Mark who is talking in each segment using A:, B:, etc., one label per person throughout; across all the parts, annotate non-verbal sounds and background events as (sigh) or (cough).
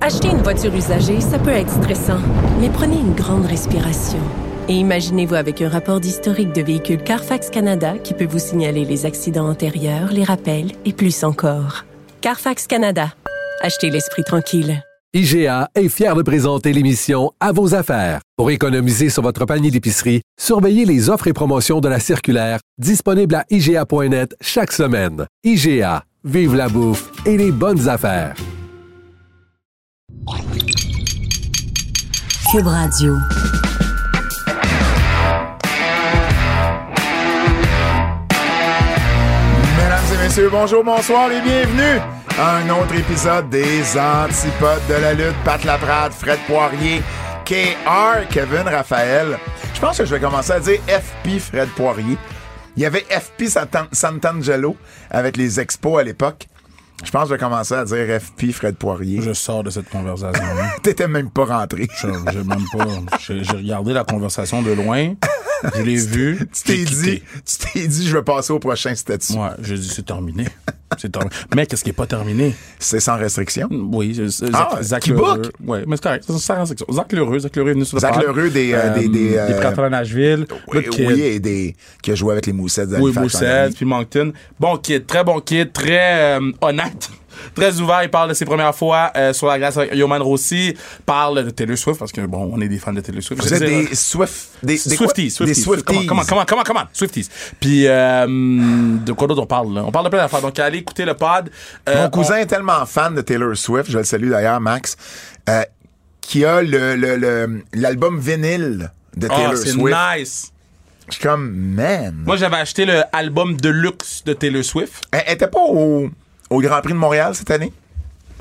A: Acheter une voiture usagée, ça peut être stressant, mais prenez une grande respiration. Et imaginez-vous avec un rapport d'historique de véhicule Carfax Canada qui peut vous signaler les accidents antérieurs, les rappels et plus encore. Carfax Canada. Achetez l'esprit tranquille.
B: IGA est fier de présenter l'émission À vos affaires. Pour économiser sur votre panier d'épicerie, surveillez les offres et promotions de la circulaire disponible à IGA.net chaque semaine. IGA, vive la bouffe et les bonnes affaires.
C: Cube Radio.
D: Mesdames et messieurs, bonjour, bonsoir et bienvenue à un autre épisode des Antipodes de la lutte. Pat Laprade, Fred Poirier, KR, Kevin Raphaël. Je pense que je vais commencer à dire FP Fred Poirier. Il y avait FP Satan- Santangelo avec les expos à l'époque. Je pense que je vais commencer à dire FP Fred Poirier.
E: Je sors de cette conversation.
D: (laughs) T'étais même pas rentré.
E: Je- J'ai même pas. J'ai j'ai regardé la conversation de loin. Je l'ai vue.
D: Tu t'es dit,
E: j'ai quitté.
D: tu t'es dit, je vais passer au prochain statut.
E: Ouais, j'ai dit c'est terminé. C'est terminé. Mais qu'est-ce qui est pas terminé?
D: C'est sans restriction.
E: Oui, c'est- c'est
D: Ah,
E: Zach, Zach
D: qui
E: Lheureux.
D: book?
E: Ouais, mais c'est correct. Ça, ça rend section. Zach Lheureux, Zach Lheureux est venu sur le
D: Zach
E: pod.
D: Lheureux des, euh, des- des, euh,
E: des Pratons à Nashville.
D: Oui,
E: Good kid.
D: oui, et des, qui a joué avec les moussettes
E: Oui,
D: d'Halifax en
E: Boussette,
D: Italie.
E: puis Moncton. Bon kid, très bon kid, très euh, honnête. Très ouvert, il parle de ses premières fois euh, sur la glace avec Yoman Rossi, parle de Taylor Swift, parce que bon, on est des fans de Taylor Swift.
D: Vous
E: Je
D: êtes
E: veux dire,
D: des Swift, des, des quoi?
E: Swifties, Swifties.
D: Des Swifties.
E: Comment, comment, comment, comment, Swifties. Puis, euh, de quoi d'autre on parle, là? On parle de plein d'affaires. Donc, allez écouter le pod. Euh,
D: Mon cousin est tellement fan de Taylor Swift, je le salue d'ailleurs, Max, euh, qui a le, le- le- l'album vinyle de
E: on- Ah,
D: Taylor
E: c'est
D: Swift.
E: nice.
D: Je suis comme, man.
E: Moi, j'avais acheté le album de luxe de Taylor Swift.
D: Elle elle était pas au, au Grand Prix de Montréal cette année?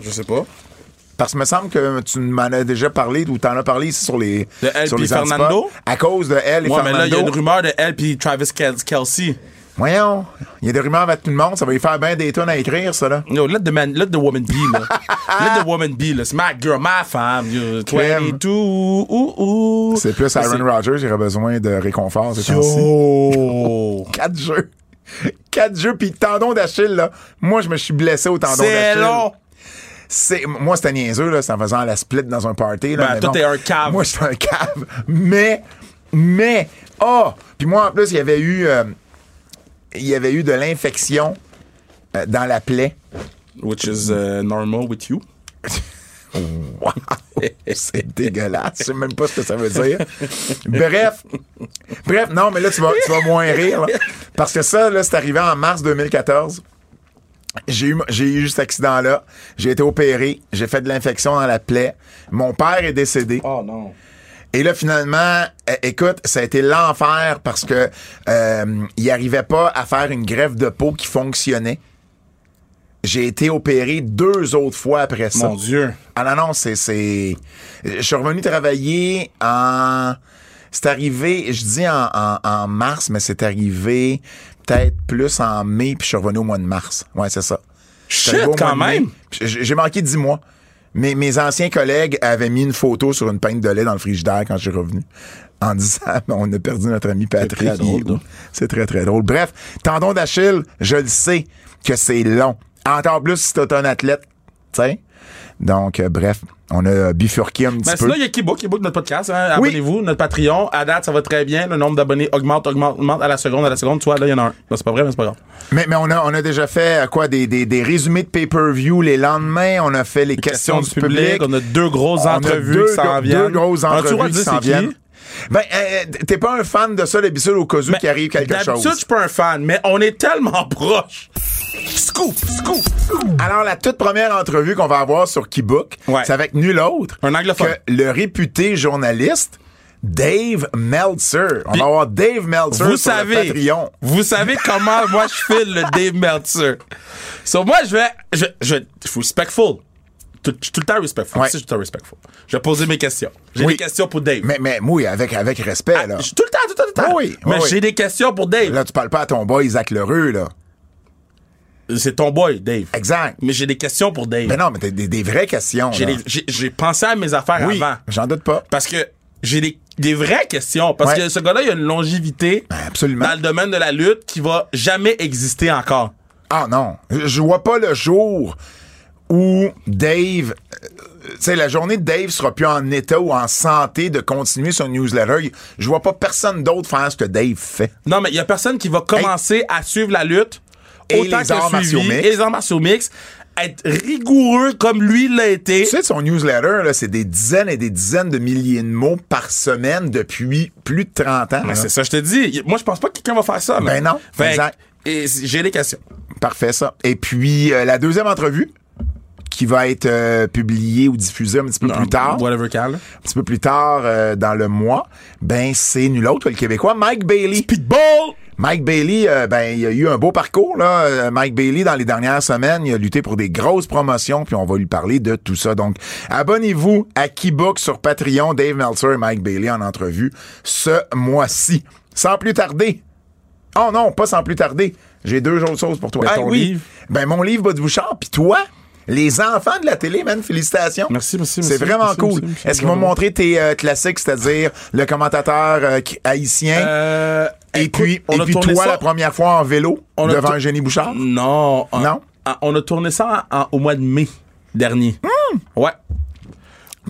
E: Je sais pas.
D: Parce que me semble que tu m'en as déjà parlé ou t'en as parlé ici sur les.
E: De elle
D: sur
E: puis
D: les antipodes.
E: Fernando?
D: À cause de elle et
E: Ouais, mais
D: Fernando.
E: là, il y a une rumeur de elle puis Travis Kel- Kelsey.
D: Voyons, il y a des rumeurs avec tout le monde, ça va lui faire bien des tonnes à écrire, ça, là.
E: Yo, let the man, let the woman be,
D: (laughs)
E: là. let the woman be, là. C'est ma girl, ma femme. Yo, 22, ouh, ouh.
D: C'est plus Aaron Rodgers, j'aurais besoin de réconfort, c'est temps-ci. (laughs)
E: Yo.
D: Quatre jeux. Quatre jeux, puis tendon d'Achille, là. Moi, je me suis blessé au tendon
E: C'est
D: d'Achille.
E: long.
D: C'est Moi, c'était niaiseux, là, c'est en faisant la split dans un party. Là,
E: Ben,
D: mais
E: toi,
D: bon.
E: t'es un cave.
D: Moi, j'étais un cave. Mais, mais, oh! Puis moi, en plus, il y avait eu, euh, il y avait eu de l'infection euh, dans la plaie.
E: Which is
D: euh,
E: uh, normal with you.
D: Wow! (laughs) C'est dégueulasse. Je sais même pas ce que ça veut dire. Bref. Bref, non, mais là, tu vas, tu vas moins rire. là. Parce que ça, là, c'est arrivé en mars 2014. J'ai eu, j'ai eu cet accident-là. J'ai été opéré. J'ai fait de l'infection dans la plaie. Mon père est décédé.
E: Oh non.
D: Et là, finalement, euh, écoute, ça a été l'enfer parce que euh, il arrivait pas à faire une greffe de peau qui fonctionnait. J'ai été opéré deux autres fois après ça.
E: Mon Dieu.
D: Ah non, non, c'est. c'est- Je suis revenu travailler en. C'est arrivé, je dis en, en- en mars, mais c'est arrivé peut-être plus en mai, puis je suis revenu au mois de mars. Ouais, c'est ça.
E: Shit,
D: J'étais arrivé au
E: quand
D: mois de mai.
E: même.
D: Puis J'ai j'ai manqué 10 mois. Mes, mes anciens collègues avaient mis une photo sur une pinte de lait dans le frigidaire quand je suis revenu. En disant, (laughs) on a perdu notre ami Patrick.
E: très drôle,
D: Il-
E: ça.
D: C'est très, très drôle. Bref, tendon d'Achille, je le sais que c'est long. Encore plus si t'es un athlète, tu sais. Donc, euh, bref, on a bifurqué un petit
E: Mais
D: peu.
E: sinon, Ben, il y a Keybook, Keybook, notre podcast. Hein.
D: Oui.
E: Abonnez-vous, notre Patreon. À date, ça va très bien. Le nombre d'abonnés augmente, augmente, augmente à la seconde, à la seconde. Tu vois, là, il y en a un. Non, c'est pas vrai, mais c'est pas grave.
D: Mais, mais on, a, on a déjà fait euh, quoi des, des, des résumés de pay-per-view les lendemains. On a fait les, questions, du public.
E: On a deux grosses
D: On a
E: entrevues
D: deux
E: qui s'en
D: gros-
E: viennent.
D: Deux grosses
E: Alors, tu vois,
D: entrevues qui
E: dis,
D: s'en
E: c'est qui?
D: viennent. Ben, euh, t'es pas un fan de ça d'habitude au cas où qu'il arrive quelque
E: D'habitude, je
D: chose.
E: suis pas un fan, mais on est tellement proche.
D: Scoop, scoop. Alors, la toute première entrevue qu'on va avoir sur Keybook,
E: Ouais.
D: c'est avec nul autre
E: Un anglophone.
D: que le réputé journaliste Dave Meltzer. On
E: Puis,
D: va avoir Dave Meltzer
E: Vous
D: sur le
E: savez,
D: Patreon.
E: vous savez comment (laughs) moi je file le Dave Meltzer. So moi je vais, je, je, je suis respectful. tout- je suis tout le temps respectful.
D: Ouais.
E: Tu sais, je suis tout le temps respectful. Je vais poser mes questions. J'ai
D: Oui.
E: des questions pour Dave.
D: Mais, mais mouille avec, avec respect, là.
E: Ah, Je suis tout le temps, tout le temps, tout le temps.
D: Oui,
E: mais
D: oui.
E: j'ai des questions pour Dave.
D: Là, tu parles pas à ton boy Isaac Lheureux, là.
E: C'est ton boy, Dave.
D: Exact.
E: Mais j'ai des questions pour Dave.
D: Mais non, mais t'as des, des vraies questions.
E: J'ai
D: là.
E: des- J'ai j'ai pensé à mes affaires
D: Oui,
E: avant.
D: j'en doute pas.
E: Parce que j'ai des, des vraies questions. Parce
D: Ouais.
E: que ce gars-là, il a une longévité
D: Ben, absolument.
E: dans le domaine de la lutte qui va jamais exister encore.
D: Ah non, je je vois pas le jour où Dave, euh, tu sais, la journée de Dave sera plus en état ou en santé de continuer son newsletter. Y- Je vois pas personne d'autre faire ce que Dave fait.
E: Non, mais il y a personne qui va commencer à suivre la lutte
D: Et
E: autant
D: les
E: que
D: arts
E: suivi,
D: martiaux mixtes.
E: et les arts martiaux mixtes, être rigoureux comme lui l'a été.
D: Tu sais, son newsletter, là, c'est des dizaines et des dizaines de milliers de mots par semaine depuis plus de 30 ans.
E: Mais
D: là.
E: c'est ça, je te dis. Moi, je pense pas que quelqu'un va faire ça. mais-
D: Ben non,
E: Fait que-
D: exact.
E: et c- j'ai des questions.
D: Parfait, ça. Et puis, euh, la deuxième entrevue, qui va être euh, publiée ou diffusée un petit peu plus tard.
E: Whatever, Cal.
D: un petit peu plus tard euh, dans le mois, ben c'est nul autre que le Québécois Mike Bailey.
E: Pitbull!
D: Mike Bailey, euh, ben il a eu un beau parcours là. Euh, Mike Bailey dans les dernières semaines, il a lutté pour des grosses promotions, puis on va lui parler de tout ça. Donc abonnez-vous à Keybook sur Patreon, Dave Meltzer et Mike Bailey en entrevue ce mois-ci. Sans plus tarder. Oh non, pas sans plus tarder. J'ai deux autres choses pour toi.
E: Ben,
D: Ah
E: ton livre.
D: Ben mon livre Bas de Bouchard, puis toi. Les enfants de la télé, man, félicitations.
E: Merci, merci,
D: C'est
E: merci,
D: vraiment
E: merci,
D: cool.
E: merci, merci,
D: Est-ce qu'ils vont
E: bravo.
D: montrer tes euh, classiques, c'est-à-dire le commentateur euh, qui- haïtien?
E: Euh,
D: Et
E: écoute,
D: puis,
E: on
D: et
E: a
D: puis
E: tourné
D: toi,
E: ça-
D: la première fois en vélo,
E: On a
D: devant
E: tou-
D: Eugénie Bouchard?
E: Non. on-
D: Non?
E: on- On a tourné ça en- en- au mois de mai dernier.
D: Hmm!
E: Ouais.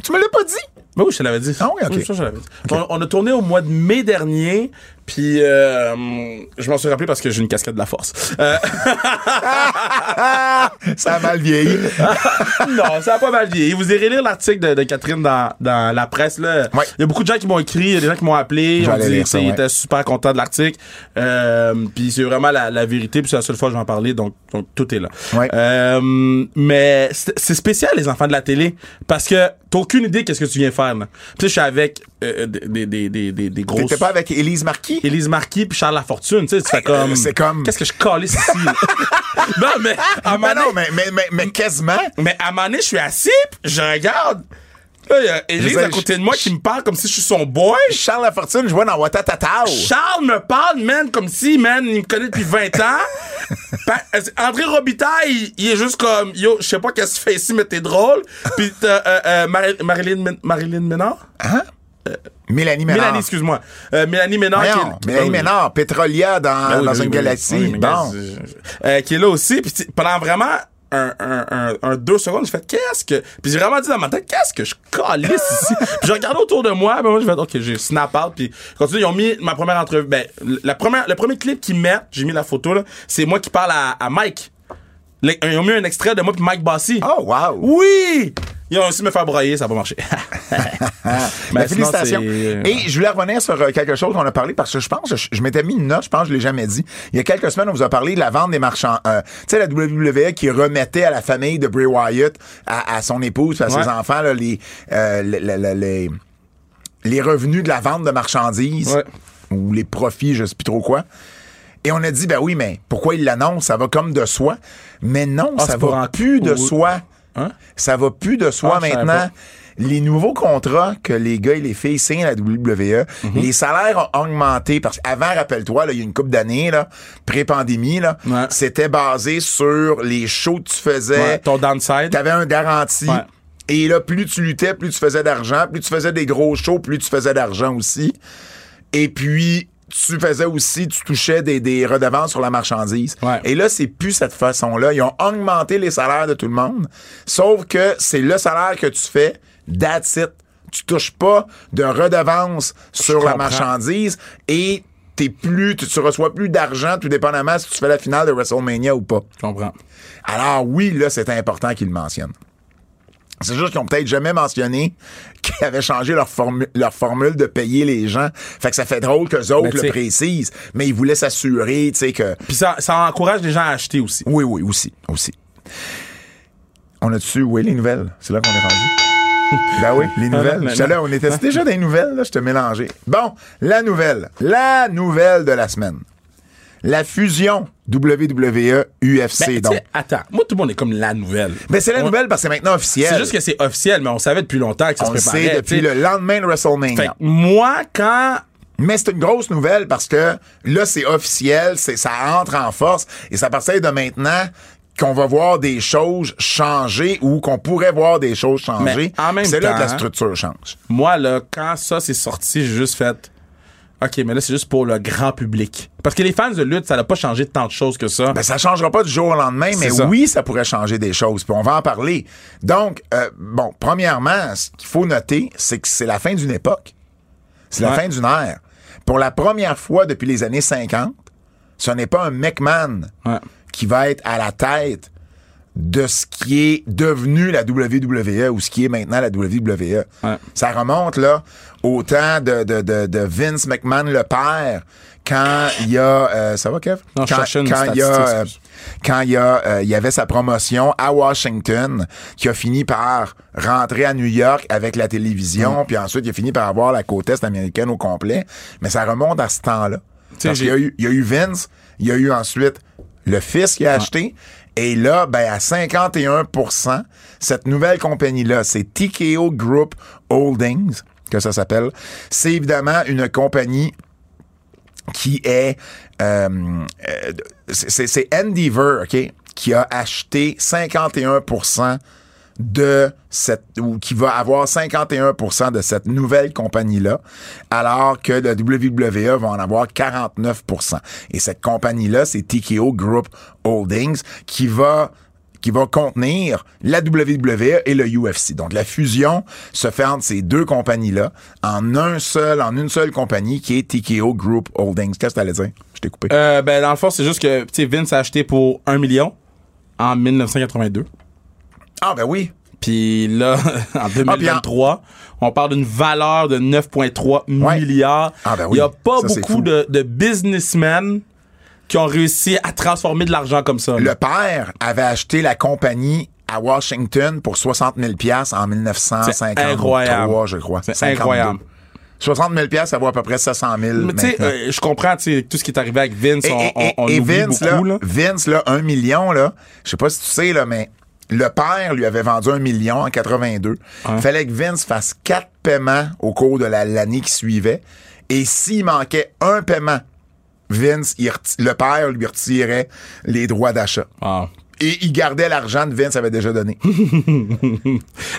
D: Tu me l'as pas dit?
E: Mais oui, je te l'avais dit.
D: Ah oui, ok.
E: ça, je te l'avais dit. On, on a tourné au mois de mai dernier, puis euh, je m'en suis rappelé parce que j'ai une casquette de la force. Euh,
D: Ah! Ça a mal vieilli.
E: Ah. (laughs) non, ça a pas mal vieilli. Vous irez lire l'article de, de Catherine dans, dans la presse. Là.
D: Ouais.
E: Il y a beaucoup de gens qui m'ont écrit, il y a des gens qui m'ont appelé.
D: Je vais
E: On
D: aller
E: dit
D: lire ça,
E: qu'ils
D: ouais.
E: étaient super contents de l'article. Euh, puis c'est vraiment la, la vérité, puis c'est la seule fois que j'en parlais, donc, donc tout est là.
D: Ouais.
E: Euh, mais c'est c'est spécial, les enfants de la télé, parce que t'as aucune idée qu'est-ce que tu viens faire. Là. Puis je suis avec euh, des, des, des, des, des grosses...
D: T'étais pas avec Élise Marquis?
E: Élise Marquis puis Charles Lafortune, tu sais, tu
D: (laughs)
E: fais
D: euh,
E: comme.
D: c'est comme-
E: Qu'est-ce que je calisse
D: (laughs)
E: ici? là? non, mais. À un moment
D: Mais non,
E: donné-
D: mais, mais, mais, mais quasiment.
E: mais à un moment donné, je suis assis, puis je regarde. Là, il y a Élise
D: Je sais,
E: à côté de moi qui me parle comme si je suis son boy.
D: Charles Lafortune jouait dans Watatatao.
E: Charles me parle, man, comme si, man, il me connaît depuis 20 ans.
D: (laughs)
E: Pa- euh, André Robitaille, il, il est juste comme, yo, je sais pas qu'est-ce que tu fais ici, mais t'es drôle. Puis t'as, euh, euh, Mari- Marilyn, Mén- Marilyn Ménard?
D: Mélanie Ménard.
E: Mélanie, excuse-moi. Euh, Mélanie Ménard.
D: Voyons,
E: qui est-
D: Mélanie
E: Ben oui.
D: Ménard, Pétrolia dans,
E: Ben oui,
D: dans
E: ben
D: une
E: oui, ben oui.
D: galaxie.
E: Oui, mais
D: bon.
E: gars, c'est- euh, qui est là aussi. Puis tu sais, pendant vraiment un, un, un, un deux secondes, j'ai fait qu'est-ce que. Puis j'ai vraiment dit dans ma tête, qu'est-ce que je calisse (laughs) ici. puis je regardais autour de moi. Ben moi, j'ai fait, OK, j'ai snap out. Puis continue, ils ont mis ma première entrevue. Ben, la première, le premier clip qu'ils mettent, j'ai mis la photo, là, c'est moi qui parle à, à Mike. Le- ils ont mis un extrait de moi puis Mike Bossy.
D: Oh, wow.
E: Oui! Ils ont aussi me faire broyer, ça va marcher.
D: Ben,
E: Mais sinon,
D: félicitations.
E: c'est- euh,
D: Et je voulais revenir sur euh, quelque chose qu'on a parlé parce que je pense, je, je m'étais mis une note, je pense que je l'ai jamais dit. Il y a quelques semaines, on vous a parlé de la vente des marchands. euh, tu sais, la WWE qui remettait à la famille de Bray Wyatt, à, à son épouse, à
E: Ouais.
D: ses enfants, là, les, euh, le- le- le- les, les revenus de la vente de marchandises
E: Ouais.
D: ou les profits, je sais plus trop quoi. Et on a dit, ben oui, mais pourquoi il l'annonce? Ça va comme de soi. Mais non,
E: Ah,
D: ça
E: c'est pour
D: va
E: en-
D: plus de
E: ou-
D: soi.
E: (laughs) Hein?
D: Ça va plus de soi
E: Ah, je savais
D: maintenant.
E: pas.
D: Les nouveaux contrats que les gars et les filles signent à la WWE,
E: Mhm.
D: les salaires ont augmenté parce qu'avant, rappelle-toi, là, il y a une couple d'années, là, pré-pandémie, là,
E: Ouais.
D: c'était basé sur les shows que tu faisais.
E: Ouais, ton downside.
D: T'avais un garanti.
E: Ouais.
D: Et là, plus tu luttais, plus tu faisais d'argent. Plus tu faisais des gros shows, plus tu faisais d'argent aussi. Et puis, tu faisais aussi, tu touchais des, des redevances sur la marchandise.
E: Ouais.
D: Et là, c'est plus cette façon-là. Ils ont augmenté les salaires de tout le monde. Sauf que c'est le salaire que tu fais, that's it. Tu touches pas de redevances sur la
E: comprends.
D: marchandise et t'es plus, tu, tu reçois plus d'argent tout dépendamment si tu fais la finale de WrestleMania ou pas.
E: Je comprends.
D: Alors oui, là, c'est important qu'ils le mentionnent. C'est juste qu'ils ont peut-être jamais mentionné (laughs) qu'ils avaient changé leur, formu- leur formule de payer les gens. Fait que ça fait drôle qu'eux autres
E: t'sais-
D: le précisent, mais ils voulaient s'assurer, tu sais, que...
E: Puis ça, ça encourage les gens à acheter aussi.
D: Oui, oui, aussi, aussi. On a dessus, oui, les nouvelles. C'est là qu'on est
E: (laughs)
D: rendu. Ben oui, les nouvelles.
E: non,
D: J'étais là, on était déjà dans les nouvelles, là, je te mélangeais. Bon, la nouvelle. La nouvelle de la semaine. la fusion E WWE UFC.
E: Ben, tu
D: donc,
E: sais, attends, moi, tout le monde est comme la nouvelle.
D: mais c'est la
E: On-
D: nouvelle parce que c'est maintenant officiel.
E: C'est juste que c'est officiel, mais on savait depuis longtemps que ça
D: on
E: se
D: le
E: préparait.
D: sait depuis
E: tu
D: le
E: sais.
D: lendemain de
E: Fait
D: WrestleMania.
E: que moi, quand
D: Mais c'est une grosse nouvelle parce que là, c'est officiel, c'est, ça entre en force et c'est à partir de maintenant qu'on va voir des choses changer ou qu'on pourrait voir des choses changer.
E: Mais en même
D: c'est là
E: temps,
D: que la
E: hein.
D: structure change.
E: Moi, là, quand ça c'est sorti, j'ai juste fait. OK, mais là, c'est juste pour le grand public. Parce que les fans de lutte, ça n'a pas changé tant de choses que ça.
D: Ben, ça changera pas du jour au lendemain, mais
E: C'est ça.
D: oui, ça pourrait changer des choses. Puis on va en parler. Donc, euh, bon, premièrement, ce qu'il faut noter, c'est que c'est la fin d'une époque. C'est la
E: Ouais.
D: fin d'une ère. Pour la première fois depuis les années 50, ce n'est pas un McMahon
E: Ouais.
D: qui va être à la tête de ce qui est devenu la WWE ou ce qui est maintenant la WWE.
E: Ouais.
D: Ça remonte là au temps de, de, de, de Vince McMahon le père quand il y a euh, ça va Kev
E: Non, je
D: quand,
E: cherchais une
D: quand il y a
E: statistique,
D: euh,
E: excuse.
D: quand il y a euh, il y avait sa promotion à Washington qui a fini par rentrer à New York avec la
E: Mm.
D: télévision puis ensuite il a fini par avoir la côte est américaine au complet mais ça remonte à ce temps-là
E: sais,
D: parce qu'il
E: j'ai-
D: y a eu il y a eu Vince il y a eu ensuite le fils qui a acheté et là ben à 51% cette nouvelle compagnie là c'est TKO Group Holdings que ça s'appelle c'est évidemment une compagnie qui est euh, euh, c'est c'est Endeavor, OK, qui a acheté 51% de cette ou qui va avoir 51% de cette nouvelle compagnie là alors que le WWE va en avoir 49% et cette compagnie là c'est TKO Group Holdings qui va qui va contenir la WWE et le UFC. Donc la fusion se fait entre ces deux compagnies là en un seul en une seule compagnie qui est TKO Group Holdings. Qu'est-ce que t'allais dire Je t'ai coupé.
E: Euh, ben, dans le fond, c'est juste que tu sais, Vince a acheté pour 1 million en 1982.
D: Ah ben oui.
E: Puis là, (laughs)
D: Ah,
E: en 2023, on parle d'une valeur de 9,3
D: Ouais.
E: milliards.
D: Ah ben oui.
E: Il n'y a pas
D: Ça, c'est fou.
E: beaucoup de, de businessmen qui ont réussi à transformer de l'argent comme ça.
D: Le père avait acheté la compagnie à Washington pour 60 000 en 1953,
E: incroyable.
D: je crois.
E: C'est
D: 52.
E: incroyable.
D: 60 000 ça vaut à peu près 700 000
E: Mais tu sais,
D: maintenant.
E: euh, je comprends tu sais, tout ce qui est arrivé avec Vince. on,
D: Et- et-
E: on- on
D: et
E: oublie
D: Vince,
E: beaucoup,
D: là,
E: là.
D: Vince, là, un million, là, je sais pas si tu sais, là, mais le père lui avait vendu un million en 82. Fallait que Vince fasse quatre paiements au cours de la- l'année qui suivait. Et s'il manquait un paiement, Vince, il reti- le père lui retirait les droits d'achat.
E: Ah.
D: Et il gardait l'argent que Vince avait déjà donné.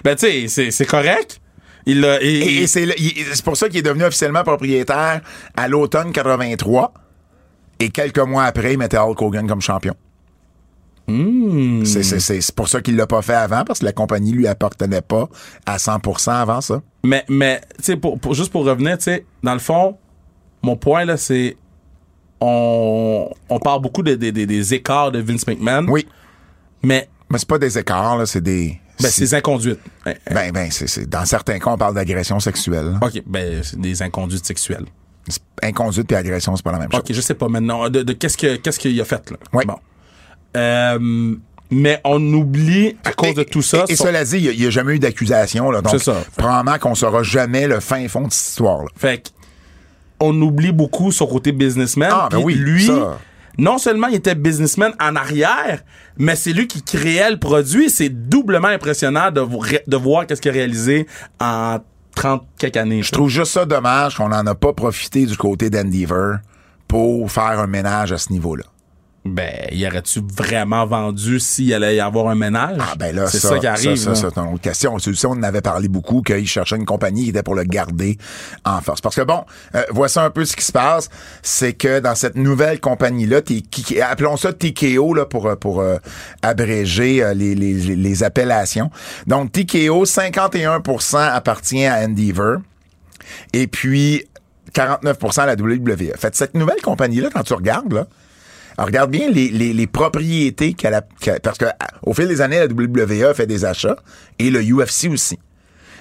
E: Ben, tu sais, c'est- c'est correct. Il l'a. il-
D: Et,
E: il-
D: et c'est le- il- c'est pour ça qu'il est devenu officiellement propriétaire à l'automne 83. Et quelques mois après, il mettait Hulk Hogan comme champion.
E: Hmm.
D: C'est- C'est c'est- c'est pour ça qu'il l'a pas fait avant, parce que la compagnie lui appartenait pas à 100% avant ça.
E: Mais, mais tu sais, pour, pour- juste pour revenir, tu sais, dans le fond, mon point, là, c'est. On, on parle beaucoup des- des- des- des écarts de Vince McMahon.
D: Oui,
E: Mais,
D: mais c'est pas des écarts, là, c'est des...
E: ben,
D: c'est-
E: c'est des inconduites. Ben,
D: ben, ben, c'est- c'est- dans certains cas, on parle d'agression sexuelle. là.
E: OK, ben, c'est des inconduites sexuelles.
D: C'est- Inconduite puis agression, c'est pas la même chose.
E: OK, je sais pas maintenant. De, de qu'est-ce que- qu'est-ce qu'il a fait, là?
D: Oui.
E: Bon. Euh, mais on oublie, à cause de
D: Et-
E: tout ça.
D: Et, et
E: son-
D: cela dit, il n'y a, jamais eu d'accusation. là. Donc,
E: C'est ça.
D: probablement qu'on saura jamais le fin fond de cette histoire. là.
E: Fait que, on oublie beaucoup son côté businessman.
D: Ah, ben
E: Puis
D: oui,
E: lui,
D: ça.
E: non seulement il était businessman en arrière, mais c'est lui qui créait le produit. C'est doublement impressionnant de, vo- ré- de voir qu'est-ce qu'il a réalisé en 30 quelques années.
D: Je trouve juste ça dommage qu'on n'en a pas profité du côté d'Endeavor pour faire un ménage à ce niveau-là.
E: Ben, y aurait-tu vraiment vendu s'il allait y avoir un ménage?
D: Ah ben là,
E: c'est ça, qui arrive.
D: Ça,
E: là.
D: ça, c'est une autre question. Tu sais, on en avait parlé beaucoup qu'ils cherchaient une compagnie qui était pour le garder en force. Parce que bon, euh, voici un peu ce qui se passe, c'est que dans cette nouvelle compagnie-là, t'es- qui- qui- appelons ça TKO là, pour, euh, pour euh, abréger euh, les, les- les- les appellations. Donc TKO, 51% appartient à Endeavor. Et puis 49% à la WWE. Fait que cette nouvelle compagnie-là, quand tu regardes, là, alors, regarde bien les, les, les propriétés qu'elle a, qu'elle- parce que à- au fil des années, la WWE fait des achats et le UFC aussi.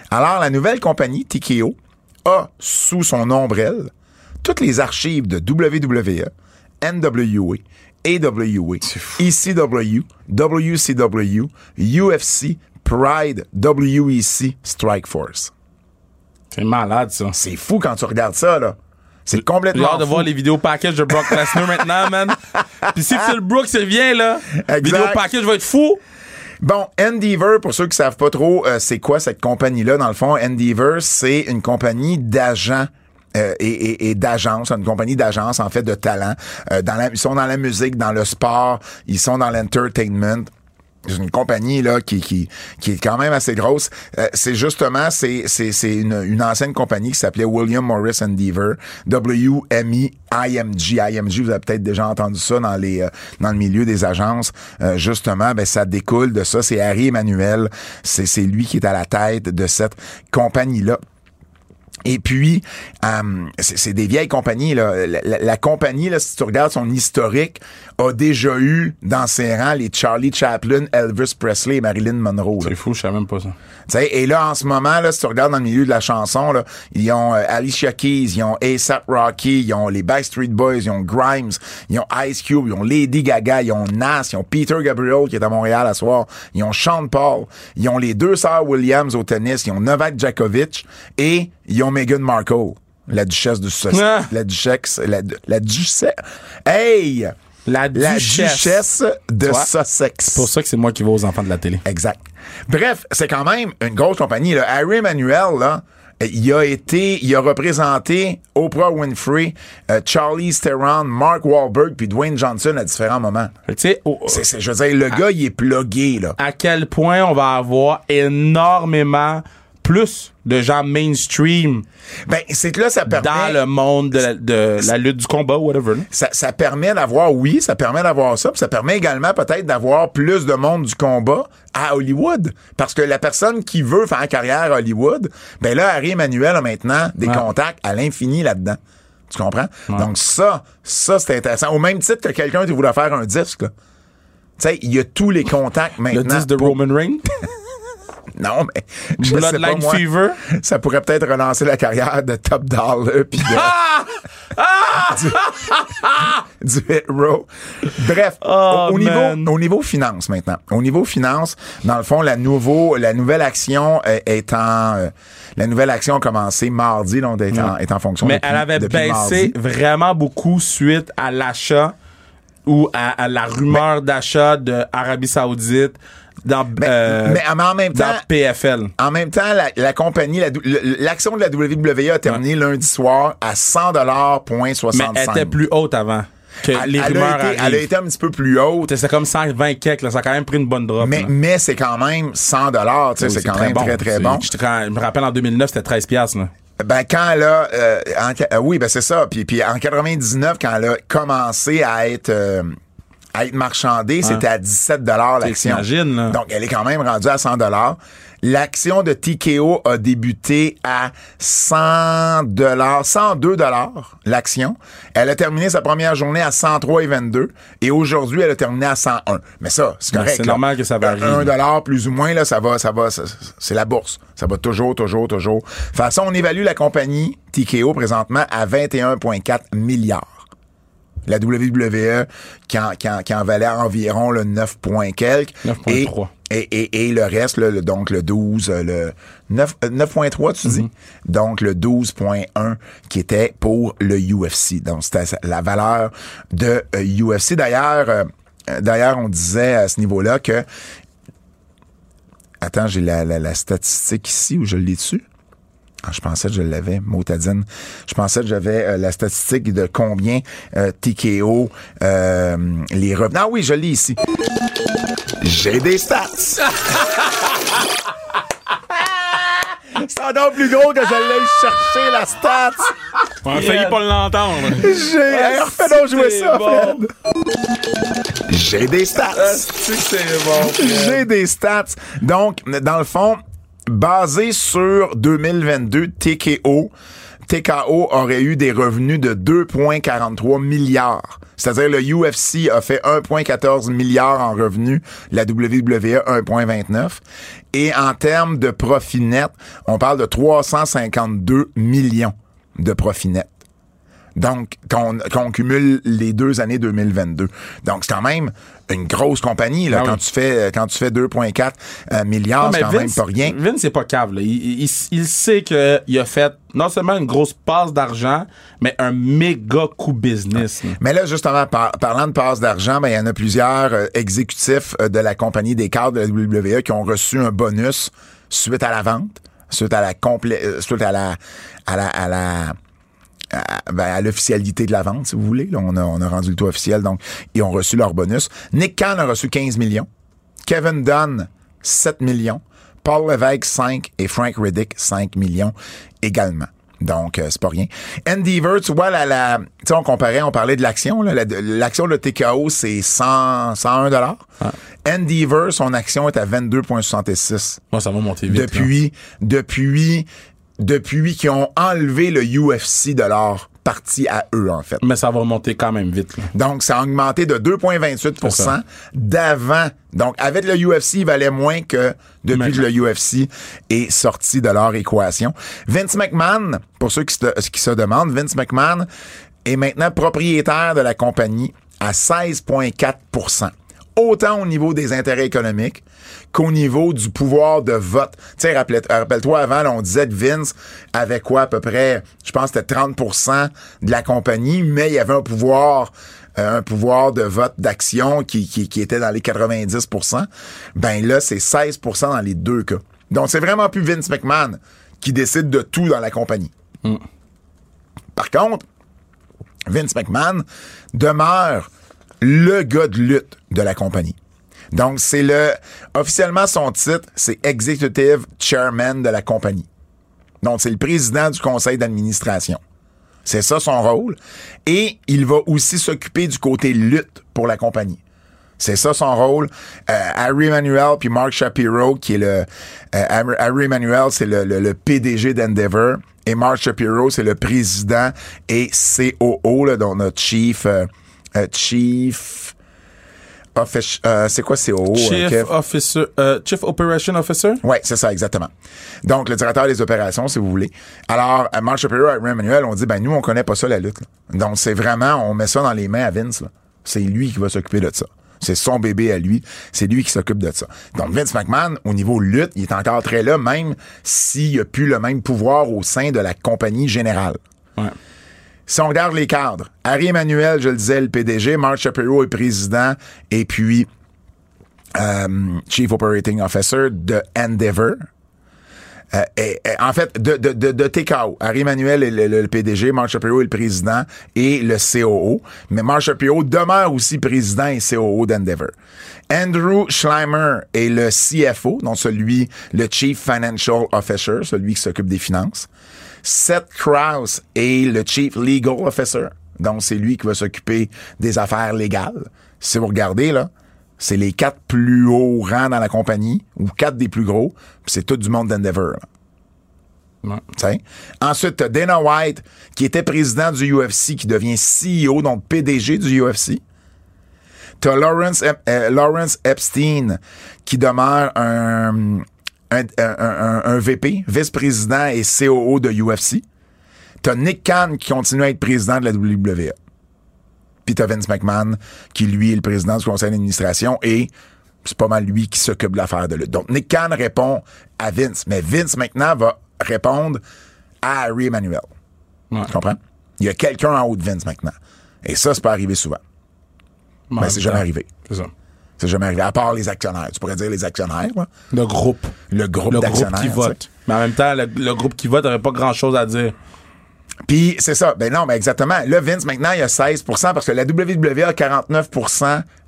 D: Alors, la nouvelle compagnie TKO a sous son ombrelle toutes les archives de E, WWE, NWA, AWA, ECW, WCW, UFC, Pride, E WEC, Strike Force.
E: C'est malade, ça.
D: C'est fou quand tu regardes ça, là. C'est complètement.
E: J'ai hâte de
D: fou.
E: voir les vidéos package de Brock Lesnar maintenant, (laughs) man. Puis si Phil Brooks revient, là,
D: Exact.
E: vidéo package va être fou.
D: Bon, Endeavor, pour ceux qui savent pas trop, euh, c'est quoi cette compagnie-là? Dans le fond, Endeavor, c'est une compagnie d'agents. euh, et, et, et d'agences, une compagnie d'agences en fait de talent. Euh, dans la- ils sont dans la musique, dans le sport, ils sont dans l'entertainment. C'est une compagnie là qui, qui qui est quand même assez grosse. Euh, c'est justement c'est c'est c'est une, une ancienne compagnie qui s'appelait William Morris Endeavor, WME IMG. IMG, vous avez peut-être déjà entendu ça dans les euh, dans le milieu des agences. Euh, justement, ben ça découle de ça. C'est Harry Emmanuel. C'est c'est lui qui est à la tête de cette compagnie là. Et puis, euh, c'est c'est des vieilles compagnies. Là. La, la- la compagnie, là, si tu regardes son historique, a déjà eu dans ses rangs les Charlie Chaplin, Elvis Presley et Marilyn Monroe. là.
E: fou, je savais même pas ça.
D: Tu sais, Et là, en ce moment, là, si tu regardes dans le milieu de la chanson, là, ils ont euh, Alicia Keys, ils ont A$AP Rocky, ils ont les Backstreet Boys, ils ont Grimes, ils ont Ice Cube, ils ont Lady Gaga, ils ont Nas, ils ont Peter Gabriel qui est à Montréal à soir, ils ont Sean Paul, ils ont les deux sœurs Williams au tennis, ils ont Novak Djokovic et ils ont Meghan Markle, la duchesse du sexe.
E: Ah.
D: La duchesse, la, du- la duchesse. Hey!
E: La duchesse.
D: de
E: Toi.
D: Sussex.
E: C'est pour ça que c'est moi qui vais aux enfants de la télé.
D: Exact. Bref, c'est quand même une grosse compagnie. Là. Harry Manuel, là, euh, il a été, il a représenté Oprah Winfrey, euh, Charlie Theron, Mark Wahlberg, puis Dwayne Johnson à différents moments.
E: Fait que, Tu sais, au- euh,
D: C'est, c'est- je veux dire,
E: Ah.
D: le gars, il est plugué, là.
E: à quel point on va avoir énormément plus de gens mainstream
D: Ben, c'est que là, ça permet...
E: dans le monde de la, de la lutte du combat, whatever. là.
D: ça, ça permet d'avoir, oui, ça permet d'avoir ça, puis ça permet également peut-être d'avoir plus de monde du combat à Hollywood. Parce que la personne qui veut faire carrière à Hollywood, ben là, Harry Emmanuel a maintenant des
E: Ouais.
D: contacts à l'infini là-dedans. Tu comprends? Donc ça, ça, c'est intéressant. Au même titre que quelqu'un qui voulait faire un disque, là. Tu sais, il y a tous les contacts maintenant.
E: Le 10 de
D: pour-
E: Roman Reigns.
D: Non, mais. (laughs) je sais pas,
E: Bloodline
D: moi.
E: Fever.
D: (laughs) Ça pourrait peut-être relancer la carrière de Top Dollar puis de- (laughs) du, du Hit Row. Bref,
E: Ah! Oh,
D: au, au
E: man.
D: niveau au niveau finance maintenant. Au niveau finance, dans le fond, la nouveau la nouvelle action euh, est en euh, la nouvelle action a commencé mardi, donc est en, est en fonction.
E: Mm. Mais
D: depuis-
E: elle avait
D: depuis
E: baissé
D: mardi.
E: vraiment beaucoup suite à l'achat ou à, à la rumeur d'achat de Arabie Saoudite dans,
D: Mais,
E: euh,
D: mais en même temps,
E: dans PFL.
D: En même temps, la, la compagnie, la dou- le- l'action de la WWE a terminé lundi soir à 100
E: Mais elle était plus haute avant que
D: elle,
E: Euh, les
D: elle
E: rumeurs
D: a été, elle a
E: arrivent.
D: été un petit peu plus haute.
E: C'était comme 120 quelques, là, ça a quand même pris une bonne drop.
D: Mais,
E: là.
D: mais c'est quand même 100 dollars, tu sais,
E: Oui,
D: c'est quand même
E: bon.
D: très très
E: C'est-
D: bon.
E: Je, te- quand- je me rappelle en 2009, c'était 13 piastres. là.
D: Ben quand là, euh, en ca- euh, oui, ben c'est ça. Puis puis en 99, quand elle a commencé à être euh, à être marchandée, c'était à 17 dollars l'action.
E: Ah. t'imagines, là.
D: Donc elle est quand même rendue à 100 dollars. L'action de TKO a débuté à 100 dollars, 102 dollars l'action. Elle a terminé sa première journée à 103,22 et aujourd'hui elle a terminé à 101. Mais ça, c'est
E: Ben,
D: correct.
E: c'est
D: là. Euh,
E: normal que ça varie.
D: Un dollar plus ou moins là, ça va, ça va, ça- c'est la bourse. Ça va toujours, toujours, toujours. De toute façon, on évalue la compagnie TKO présentement à 21,4 milliards. La WWE qui en, qui en- qui en valait environ le 9 point quelques.
E: 9,3.
D: Et, et, et le reste, là, le- donc le 12, euh, le 9, euh, 9.3, tu dis? Donc le 12.1 qui était pour le UFC. Donc c'était sa- la valeur de euh, UFC. D'ailleurs, euh, euh, d'ailleurs, on disait à ce niveau-là que. Attends, j'ai la, la- la statistique ici où je l'ai dessus. Ah, je pensais que je l'avais, Motadine. Je pensais que j'avais euh, la statistique de combien euh, TKO euh, les revenus. Ah oui, je l'ai ici. J'ai des stats. C'est encore plus gros que je l'ai cherché, la stats.
E: On a failli pas l'entendre.
D: J'ai... Hey, refais donc jouer ça,
E: bon.
D: Fred. J'ai des stats.
E: c'est bon.
D: J'ai des stats. Donc, dans le fond, basé sur 2022, TKO, TKO aurait eu des revenus de 2,43 milliards. C'est-à-dire le UFC a fait 1,14 milliards en revenus, la E WWE 1,29. Et en termes de profit net, on parle de 352 millions de profit net. Donc, qu'on qu'on cumule les deux années 2022. Donc, c'est quand même une grosse compagnie, là,
E: Ah oui.
D: quand, tu fais, quand tu fais 2,4 euh, milliards,
E: Non,
D: c'est
E: mais
D: quand même
E: Vince, mm.
D: pas rien.
E: Vince, c'est pas cave. Là. Il, il- il sait qu'il a fait non seulement une grosse passe d'argent, mais un méga coup business. là.
D: Mais là, justement, par- parlant de passe d'argent, ben, il y en a plusieurs euh, exécutifs euh, de la compagnie des cadres de la WWE qui ont reçu un bonus suite à la vente, suite à la complé- euh, suite à la à la à la à- ben, à l'officialité de la vente, si vous voulez. Là, on, a, on a rendu le tout officiel, donc ils ont reçu leur bonus. Nick Khan a reçu 15 millions. Kevin Dunn, 7 millions. Paul Levesque, 5. Et Frank Riddick, 5 millions également. Donc, euh, c'est pas rien. Endeavor, tu vois, la, la, tu sais, on comparait, on parlait de l'action. là. La- de- L'action de TKO, c'est 100 101 dollars. Endeavor, son action est à 22,66
E: Moi, ça va monter vite. là.
D: depuis, depuis, depuis qu'ils ont enlevé le UFC de leur partie à eux, en fait.
E: Mais ça va monter quand même vite. là.
D: Donc, ça a augmenté de
E: C'est
D: 2,28
E: ça.
D: d'avant. Donc, avec le UFC, il valait moins que depuis que
E: Maintenant.
D: le UFC est sorti de leur équation. Vince McMahon, pour ceux qui se, qui se demandent, Vince McMahon est maintenant propriétaire de la compagnie à 16,4 Autant au niveau des intérêts économiques qu'au niveau du pouvoir de vote. Tu sais, rappelais- euh, rappelle-toi, avant, là, on disait que Vince avait quoi, à peu près, je pense que c'était 30 de la compagnie, mais il y avait un pouvoir euh, un pouvoir de vote d'action qui, qui, qui était dans les 90 ben là, c'est 16 dans les deux cas. Donc, c'est vraiment plus Vince McMahon qui décide de tout dans la compagnie. Par contre, Vince McMahon demeure le gars de lutte de la compagnie. Donc, c'est le. Officiellement, son titre, c'est Executive Chairman de la compagnie. Donc, c'est le président du conseil d'administration. C'est ça son rôle. Et il va aussi s'occuper du côté lutte pour la compagnie. C'est ça son rôle. Euh, Harry Manuel puis Mark Shapiro, qui est le. euh, Harry- Harry Manuel, c'est le, le- le PDG d'Endeavor. Et Mark Shapiro, c'est le président et COO, là, dont notre chief. euh, euh, chief. offici- euh, c'est quoi COO? euh,
E: Chief,
D: Kev?
E: officer, euh, Chief Operation Officer?
D: Oui, c'est ça, exactement. Donc, le directeur des opérations, si vous voulez. Alors, à Mark Shapiro et Ray Manuel, on dit, ben, nous, on connaît pas ça, la lutte. là. Donc, c'est vraiment, on met ça dans les mains à Vince. là. C'est lui qui va s'occuper de ça. C'est son bébé à lui. C'est lui qui s'occupe de ça. Donc, Vince McMahon, au niveau lutte, il est encore très là, même s'il n'a plus le même pouvoir au sein de la compagnie générale.
E: Ouais.
D: Si on regarde les cadres, Harry Emmanuel, je le disais, le PDG, Mark Shapiro est président, et puis euh, Chief Operating Officer de Endeavor. Euh, et- et, en fait, de, de, de, de TKO. Harry Emmanuel est le, le- le PDG, Mark Shapiro est le président et le COO. Mais Mark Shapiro demeure aussi président et COO d'Endeavor. Andrew Schleimer est le CFO, donc celui, le Chief Financial Officer, celui qui s'occupe des finances. Seth Krause est le Chief Legal Officer. Donc, c'est lui qui va s'occuper des affaires légales. Si vous regardez, là, c'est les quatre plus hauts rangs dans la compagnie, ou quatre des plus gros, puis c'est tout du monde d'Endeavor. là.
E: Ouais.
D: Tu sais. Ensuite, t'as Dana White, qui était président du UFC, qui devient CEO, donc PDG du UFC. T'as Lawrence, Ep- euh, Lawrence Epstein, qui demeure un, un, un- un- un VP, vice-président et COO de UFC. T'as Nick Khan, qui continue à être président de la E. WWE. Puis t'as Vince McMahon, qui lui est le président du conseil d'administration et c'est pas mal lui qui s'occupe de l'affaire de lutte. Donc Nick Khan répond à Vince, mais Vince maintenant va répondre à Harry Emmanuel.
E: Ouais.
D: Tu comprends? Il y a quelqu'un en haut de Vince maintenant. Et ça, c'est pas arrivé souvent.
E: Ouais,
D: Mais ben, c'est jamais arrivé.
E: C'est ça.
D: C'est jamais arrivé. À part les actionnaires. Tu pourrais dire les actionnaires, là.
E: Le groupe.
D: le groupe
E: Le groupe
D: d'actionnaires.
E: qui
D: tu sais.
E: vote. Mais en même temps, le, le groupe qui vote n'aurait pas grand-chose à dire.
D: Puis c'est ça. Ben non, mais exactement. Là, Vince, maintenant, il a 16 parce que la WWE a 49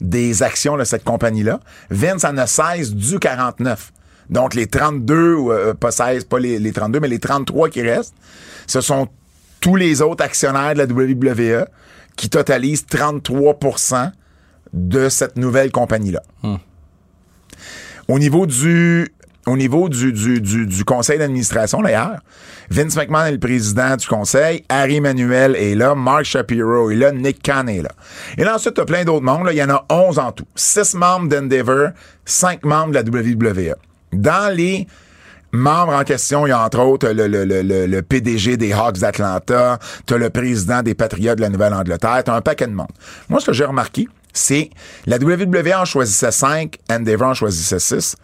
D: des actions de cette compagnie-là. Vince en a 16 du 49. Donc, les 32, ou, euh, pas 16, pas les, les 32, mais les 33 qui restent, ce sont tous les autres actionnaires de la WWE qui totalisent 33 de cette nouvelle compagnie-là. Au niveau du au niveau du, du, du, du conseil d'administration, d'ailleurs, Vince McMahon est le président du conseil, Harry Manuel est là, Mark Shapiro est là, Nick Khan est là. Et là, ensuite, tu as plein d'autres membres. là. Il y en a 11 en tout. 6 membres d'Endeavor, 5 membres de la WWE. E. Dans les membres en question, il y a entre autres le, le, le, le, le PDG des Hawks d'Atlanta, t'as le président des Patriots de la Nouvelle-Angleterre, t'as un paquet de monde. Moi, ce que j'ai remarqué, c'est la WWE en choisissait 5, Endeavor en choisissait 6,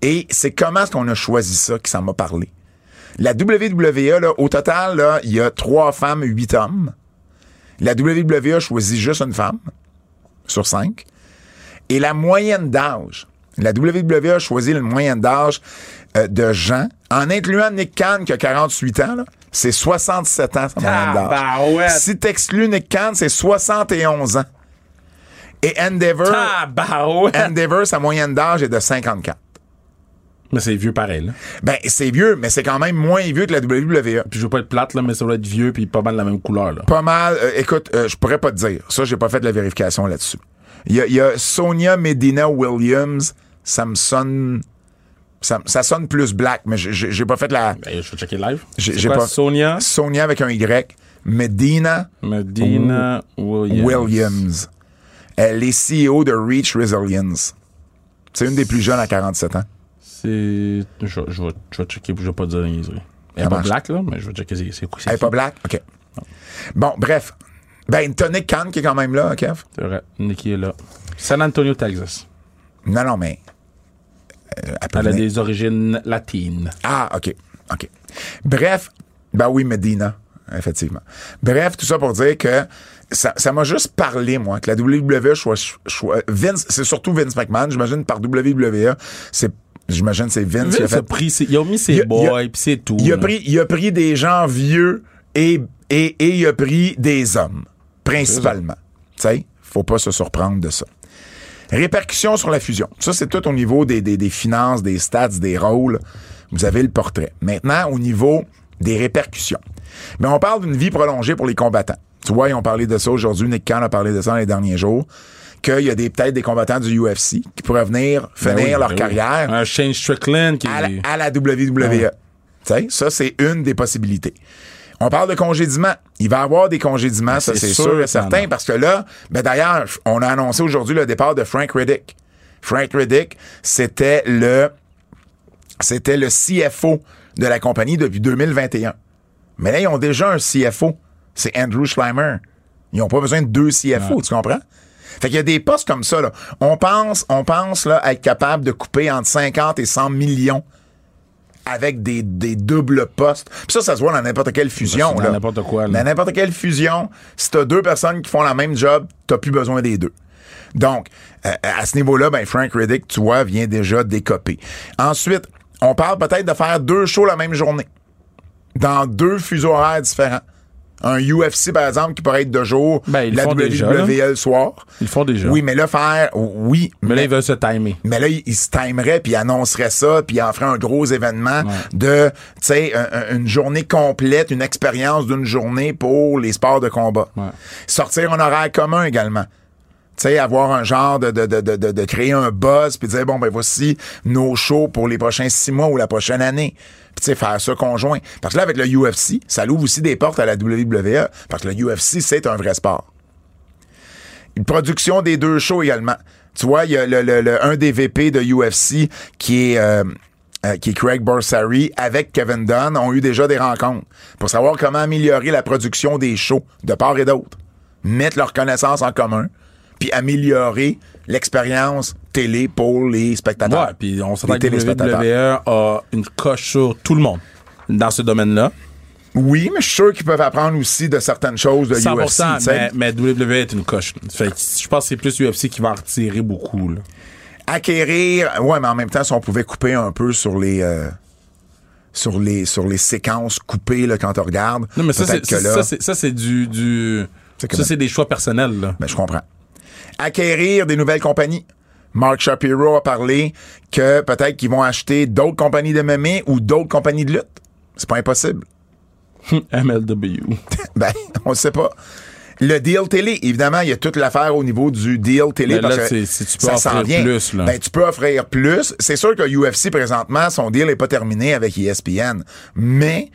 D: et c'est comment est-ce qu'on a choisi ça qui s'en m'a parlé. La WWE, là, au total, là, il y a trois femmes, huit hommes. La WWE a choisi juste une femme sur cinq. Et la moyenne d'âge, la WWE a choisi une moyenne d'âge euh, de gens, en incluant Nick Khan qui a 48 ans, là, c'est 67 ans sa moyenne d'âge.
E: Tabarouette.
D: Si t'exclus Nick Khan, c'est 71 ans. Et Endeavor,
E: Tabarouette!
D: Endeavor, sa moyenne d'âge est de 54.
E: Mais c'est vieux pareil, là.
D: Ben, c'est vieux, mais c'est quand même moins vieux que la E. WWE.
E: Puis je veux pas être plate, là, mais ça doit être vieux puis pas mal de la même couleur, là.
D: Pas mal. euh, écoute, euh, je pourrais pas te dire. Ça, j'ai pas fait de la vérification là-dessus. Il y a, il y a Sonia Medina Williams. Ça me sonne. Ça, ça sonne plus black, mais j'ai- j'ai j'ai pas fait la.
E: Ben, je vais checker live.
D: J'ai-
E: C'est
D: j'ai
E: quoi,
D: pas-
E: Sonia
D: Sonia avec un Y. Medina
E: Medina Williams.
D: Williams. Elle est CEO de Reach Resilience. C'est une des plus jeunes à 47 ans.
E: C'est. Je, je vais, je vais checker, puis je vais pas dire la niaiserie. Elle est pas
D: marche.
E: black, là, mais je vais checker c'est- c'est quoi.
D: Elle est pas black? OK. Bon, bref. Ben, Tonic Khan qui est quand même là, hein, Kev.
E: C'est vrai. Nikki est là. San Antonio, Texas.
D: Non, non, mais. euh, peut
E: Elle a
D: venir.
E: des origines latines.
D: Ah, OK. OK. Bref, ben oui, Medina, effectivement. Bref, tout ça pour dire que ça ça m'a juste parlé, moi, que la WWE soit. soit- Vince, c'est surtout Vince McMahon, j'imagine, par WWE. C'est, j'imagine, que c'est Vince, qui a
E: Vince a
D: fait.
E: pris ses- Ils ont mis ses
D: Il a- il a-
E: boys, puis c'est tout.
D: Il a,
E: là.
D: pris, il a pris des gens vieux et, et, et il a pris des hommes, principalement. Tu sais, faut pas se surprendre de ça. Répercussions sur la fusion. Ça, c'est tout au niveau des, des, des finances, des stats, des rôles. Vous avez le portrait. Maintenant, au niveau des répercussions. Mais on parle d'une vie prolongée pour les combattants. Tu vois, ils ont parlé de ça aujourd'hui. Nick Khan a parlé de ça dans les derniers jours. Qu'il y a des- peut-être des combattants du UFC qui pourraient venir finir
E: Ben oui, ben
D: leur
E: oui.
D: carrière
E: Un Shane Strickland qui.
D: à la, à la WWE. Tu sais, ça, c'est une des possibilités. On parle de congédiement. Il va y avoir des congédiements, ça,
E: Ben, c'est
D: c'est
E: sûr,
D: sûr et
E: ça,
D: certain,
E: non.
D: parce que là, ben d'ailleurs, on a annoncé aujourd'hui le départ de Frank Riddick. Frank Riddick, c'était le, c'était le CFO de la compagnie depuis 2021. Mais là, ils ont déjà un CFO. C'est Andrew Schleimer. Ils n'ont pas besoin de deux CFO, tu comprends? Fait qu'il y a des postes comme ça, là. On pense, on pense, là, être capable de couper entre 50 et 100 millions avec des, des doubles postes. Puis ça, ça se voit dans n'importe quelle fusion,
E: Dans
D: là.
E: n'importe quoi, là.
D: Dans n'importe quelle fusion, si t'as deux personnes qui font la même job, t'as plus besoin des deux. Donc, euh, à ce niveau-là, ben, Frank Riddick, tu vois, vient déjà décoper. Ensuite, on parle peut-être de faire deux shows la même journée dans deux fuseaux horaires différents. Un UFC, par exemple, qui pourrait être de jour,
E: Ben, ils
D: la E.
E: le font
D: WWE
E: déjà,
D: le soir.
E: Ils le font déjà.
D: Oui, mais là, faire, oui,
E: Mais là, ils veulent se timer.
D: mais là, il il se timerait, puis il annoncerait ça, puis il en ferait un gros événement de, tu sais, un- un- une journée complète, une expérience d'une journée pour les sports de combat.
E: Ouais.
D: Sortir un horaire commun également. Tu sais, avoir un genre de, de, de, de, de- de créer un buzz, puis dire, bon, ben voici nos shows pour les prochains six mois ou la prochaine année. Puis, tu sais, faire ça conjoint. Parce que là, avec le UFC, ça l'ouvre aussi des portes à la WWE, parce que le UFC, c'est un vrai sport une production des deux shows également. Tu vois, il y a le, le- le- un des VP de UFC qui est, euh, euh, qui est Craig Borsari avec Kevin Dunn ont eu déjà des rencontres pour savoir comment améliorer la production des shows de part et d'autre, mettre leurs connaissances en commun, puis améliorer l'expérience télé pour les spectateurs.
E: Ouais, puis on s'entend
D: les
E: que
D: téléspectateurs.
E: WWE a une coche sur tout le monde dans ce domaine-là.
D: Oui, mais je suis sûr qu'ils peuvent apprendre aussi de certaines choses de
E: 100%,
D: UFC. tu sais.
E: mais, mais WWE est une coche. Fait que je pense que c'est plus UFC qui va en retirer beaucoup. Là.
D: acquérir. Ouais, mais en même temps, si on pouvait couper un peu sur les. euh, sur les, sur les séquences coupées là, quand on regarde.
E: Non, mais ça, c'est,
D: peut-être que là,
E: ça, c'est, ça, c'est du. du
D: C'est
E: ça,
D: comme-
E: c'est des choix personnels. Là.
D: ben, je comprends. Acquérir des nouvelles compagnies. Mark Shapiro a parlé que peut-être qu'ils vont acheter d'autres compagnies de MMA ou d'autres compagnies de lutte. C'est pas impossible.
E: (laughs) MLW.
D: Ben, (laughs) on le sait pas. Le deal télé, évidemment, il y a toute l'affaire au niveau du deal télé.
E: Mais Ben là,
D: parce que
E: c'est- si tu peux
D: ça
E: offrir
D: s'en vient.
E: plus, là.
D: Ben, tu peux offrir plus. C'est sûr que UFC, présentement, son deal est pas terminé avec E ESPN. Mais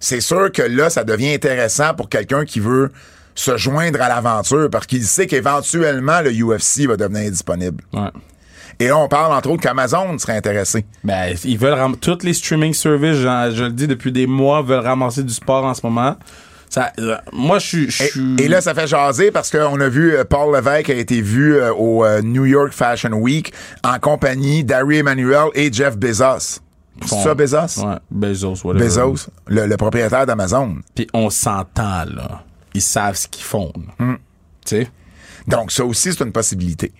D: c'est sûr que là, ça devient intéressant pour quelqu'un qui veut se joindre à l'aventure parce qu'il sait qu'éventuellement, le UFC va devenir disponible.
E: Ouais.
D: Et là, on parle entre autres qu'Amazon serait intéressé.
E: Ben, ils veulent ram- toutes les streaming services, j'en- je, le dis depuis des mois, veulent ramasser du sport en ce moment. Ça, euh, moi, je suis- je
D: Et,
E: suis.
D: et là, ça fait jaser parce qu'on a vu euh, Paul Levesque a été vu euh, au euh, New York Fashion Week en compagnie d'Harry Emmanuel et Jeff Bezos. C'est ça, Bezos?
E: Ouais, Bezos, whatever.
D: Bezos, le, le propriétaire d'Amazon.
E: Puis on s'entend, là. Ils savent ce qu'ils font. là. Tu sais?
D: Donc, ça aussi, c'est une possibilité.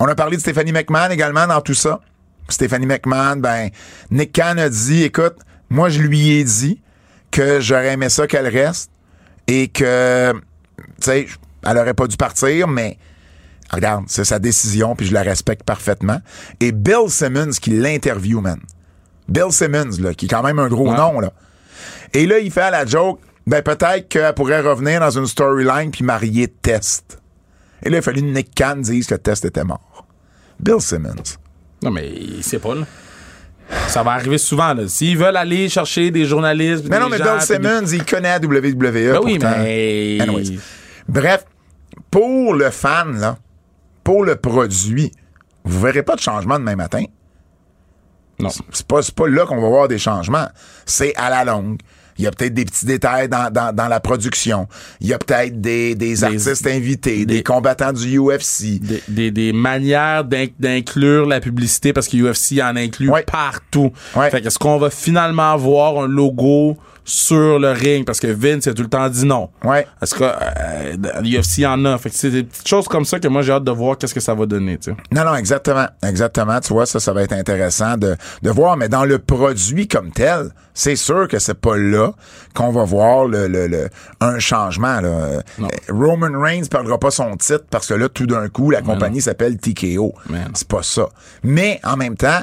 D: On a parlé de Stéphanie McMahon également dans tout ça. Stéphanie McMahon, ben, Nick Khan a dit, écoute, moi, je lui ai dit que j'aurais aimé ça qu'elle reste et que, tu sais, elle aurait pas dû partir, mais regarde, c'est sa décision, puis je la respecte parfaitement. Et Bill Simmons qui l'interview, man. Bill Simmons, là, qui est quand même un gros
E: Ouais.
D: nom, là. Et là, il fait à la joke, ben, peut-être qu'elle pourrait revenir dans une storyline puis marier Test. Et là, il a fallu que Nick Khan dise que le test était mort. Bill Simmons.
E: Non, mais il sait pas, là. Ça va arriver souvent, là. S'ils veulent aller chercher des journalistes.
D: Mais
E: des
D: non, mais
E: gens,
D: Bill
E: puis
D: Simmons, il connaît la WWE.
E: des- Ben
D: pourtant.
E: oui, mais.
D: Anyways. Bref, pour le fan, là, pour le produit, vous verrez pas de changement demain matin.
E: Non.
D: C'est pas, c'est pas là qu'on va voir des changements. C'est à la longue. Il y a peut-être des petits détails dans, dans- dans la production. Il y a peut-être des, des artistes invités, des,
E: des-
D: combattants du UFC.
E: Des, des, des manières d'inc- d'inclure la publicité parce que UFC en inclut
D: Ouais.
E: partout.
D: Ouais.
E: Fait que est-ce qu'on va finalement voir un logo sur le ring parce que Vince a tout le temps dit non.
D: Ouais.
E: Est-ce que euh, UFC en a? Fait que c'est des petites choses comme ça que moi j'ai hâte de voir qu'est-ce que ça va donner, tu sais.
D: Non, non, exactement. Exactement. Tu vois, ça, ça va être intéressant de, de voir. Mais dans le produit comme tel, c'est sûr que c'est pas là qu'on va voir le, le- le- un changement. Là. Euh, Roman Reigns perdra pas son titre parce que là, tout d'un coup, la compagnie s'appelle TKO.
E: Mais non.
D: C'est pas ça. Mais en même temps,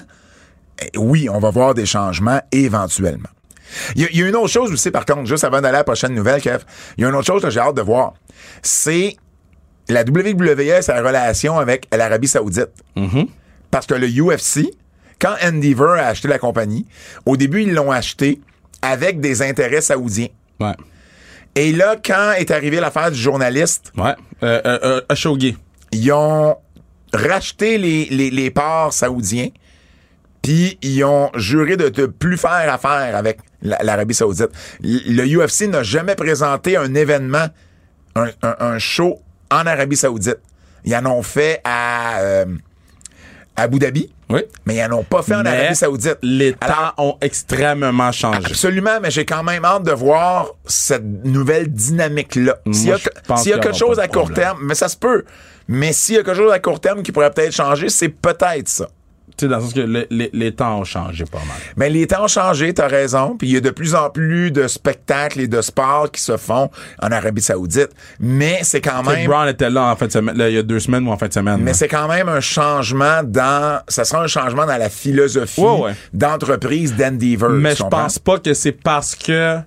D: eh, oui, on va voir des changements éventuellement. Il y, a- il y a une autre chose aussi, par contre, juste avant d'aller à la prochaine nouvelle, Kev, il y a une autre chose que j'ai hâte de voir. C'est la WWE, sa relation avec l'Arabie Saoudite. Parce que le UFC, quand Endeavor a acheté la compagnie, au début, ils l'ont acheté avec des intérêts saoudiens.
E: Ouais.
D: Et là, quand est arrivée l'affaire du journaliste,
E: Ouais. Euh, euh, euh, Khashoggi.
D: ils ont racheté les, les, les parts saoudiens, puis ils ont juré de ne plus faire affaire avec la- l'Arabie saoudite. L- Le UFC n'a jamais présenté un événement, un, un- un show en Arabie saoudite. Ils en ont fait à euh, Abu Dhabi,
E: Oui.
D: mais ils n'en ont pas fait en
E: Mais
D: Arabie saoudite.
E: Les temps
D: Alors-
E: ont extrêmement changé.
D: Absolument, mais j'ai quand même hâte de voir cette nouvelle dynamique-là. S'il y a,
E: je
D: que-
E: pense
D: s'il y a
E: qu'il y
D: quelque
E: aura
D: chose
E: pas
D: à
E: de
D: court
E: problème.
D: terme, mais ça se peut. Mais s'il y a quelque chose à court terme qui pourrait peut-être changer, c'est peut-être ça.
E: Tu sais, dans le sens que le- les- les temps ont changé pas mal.
D: Mais les temps ont changé, t'as raison. Puis il y a de plus en plus de spectacles et de sports qui se font en Arabie Saoudite. Mais c'est quand
E: Ted
D: même.
E: Brown était là en fin de semaine, là, il y a deux semaines ou en fin de semaine.
D: Mais
E: là.
D: c'est quand même un changement dans. Ça sera un changement dans la philosophie
E: Ouais, ouais.
D: d'entreprise d'Endeavor.
E: Mais
D: tu
E: je
D: comprends?
E: pense pas que c'est parce que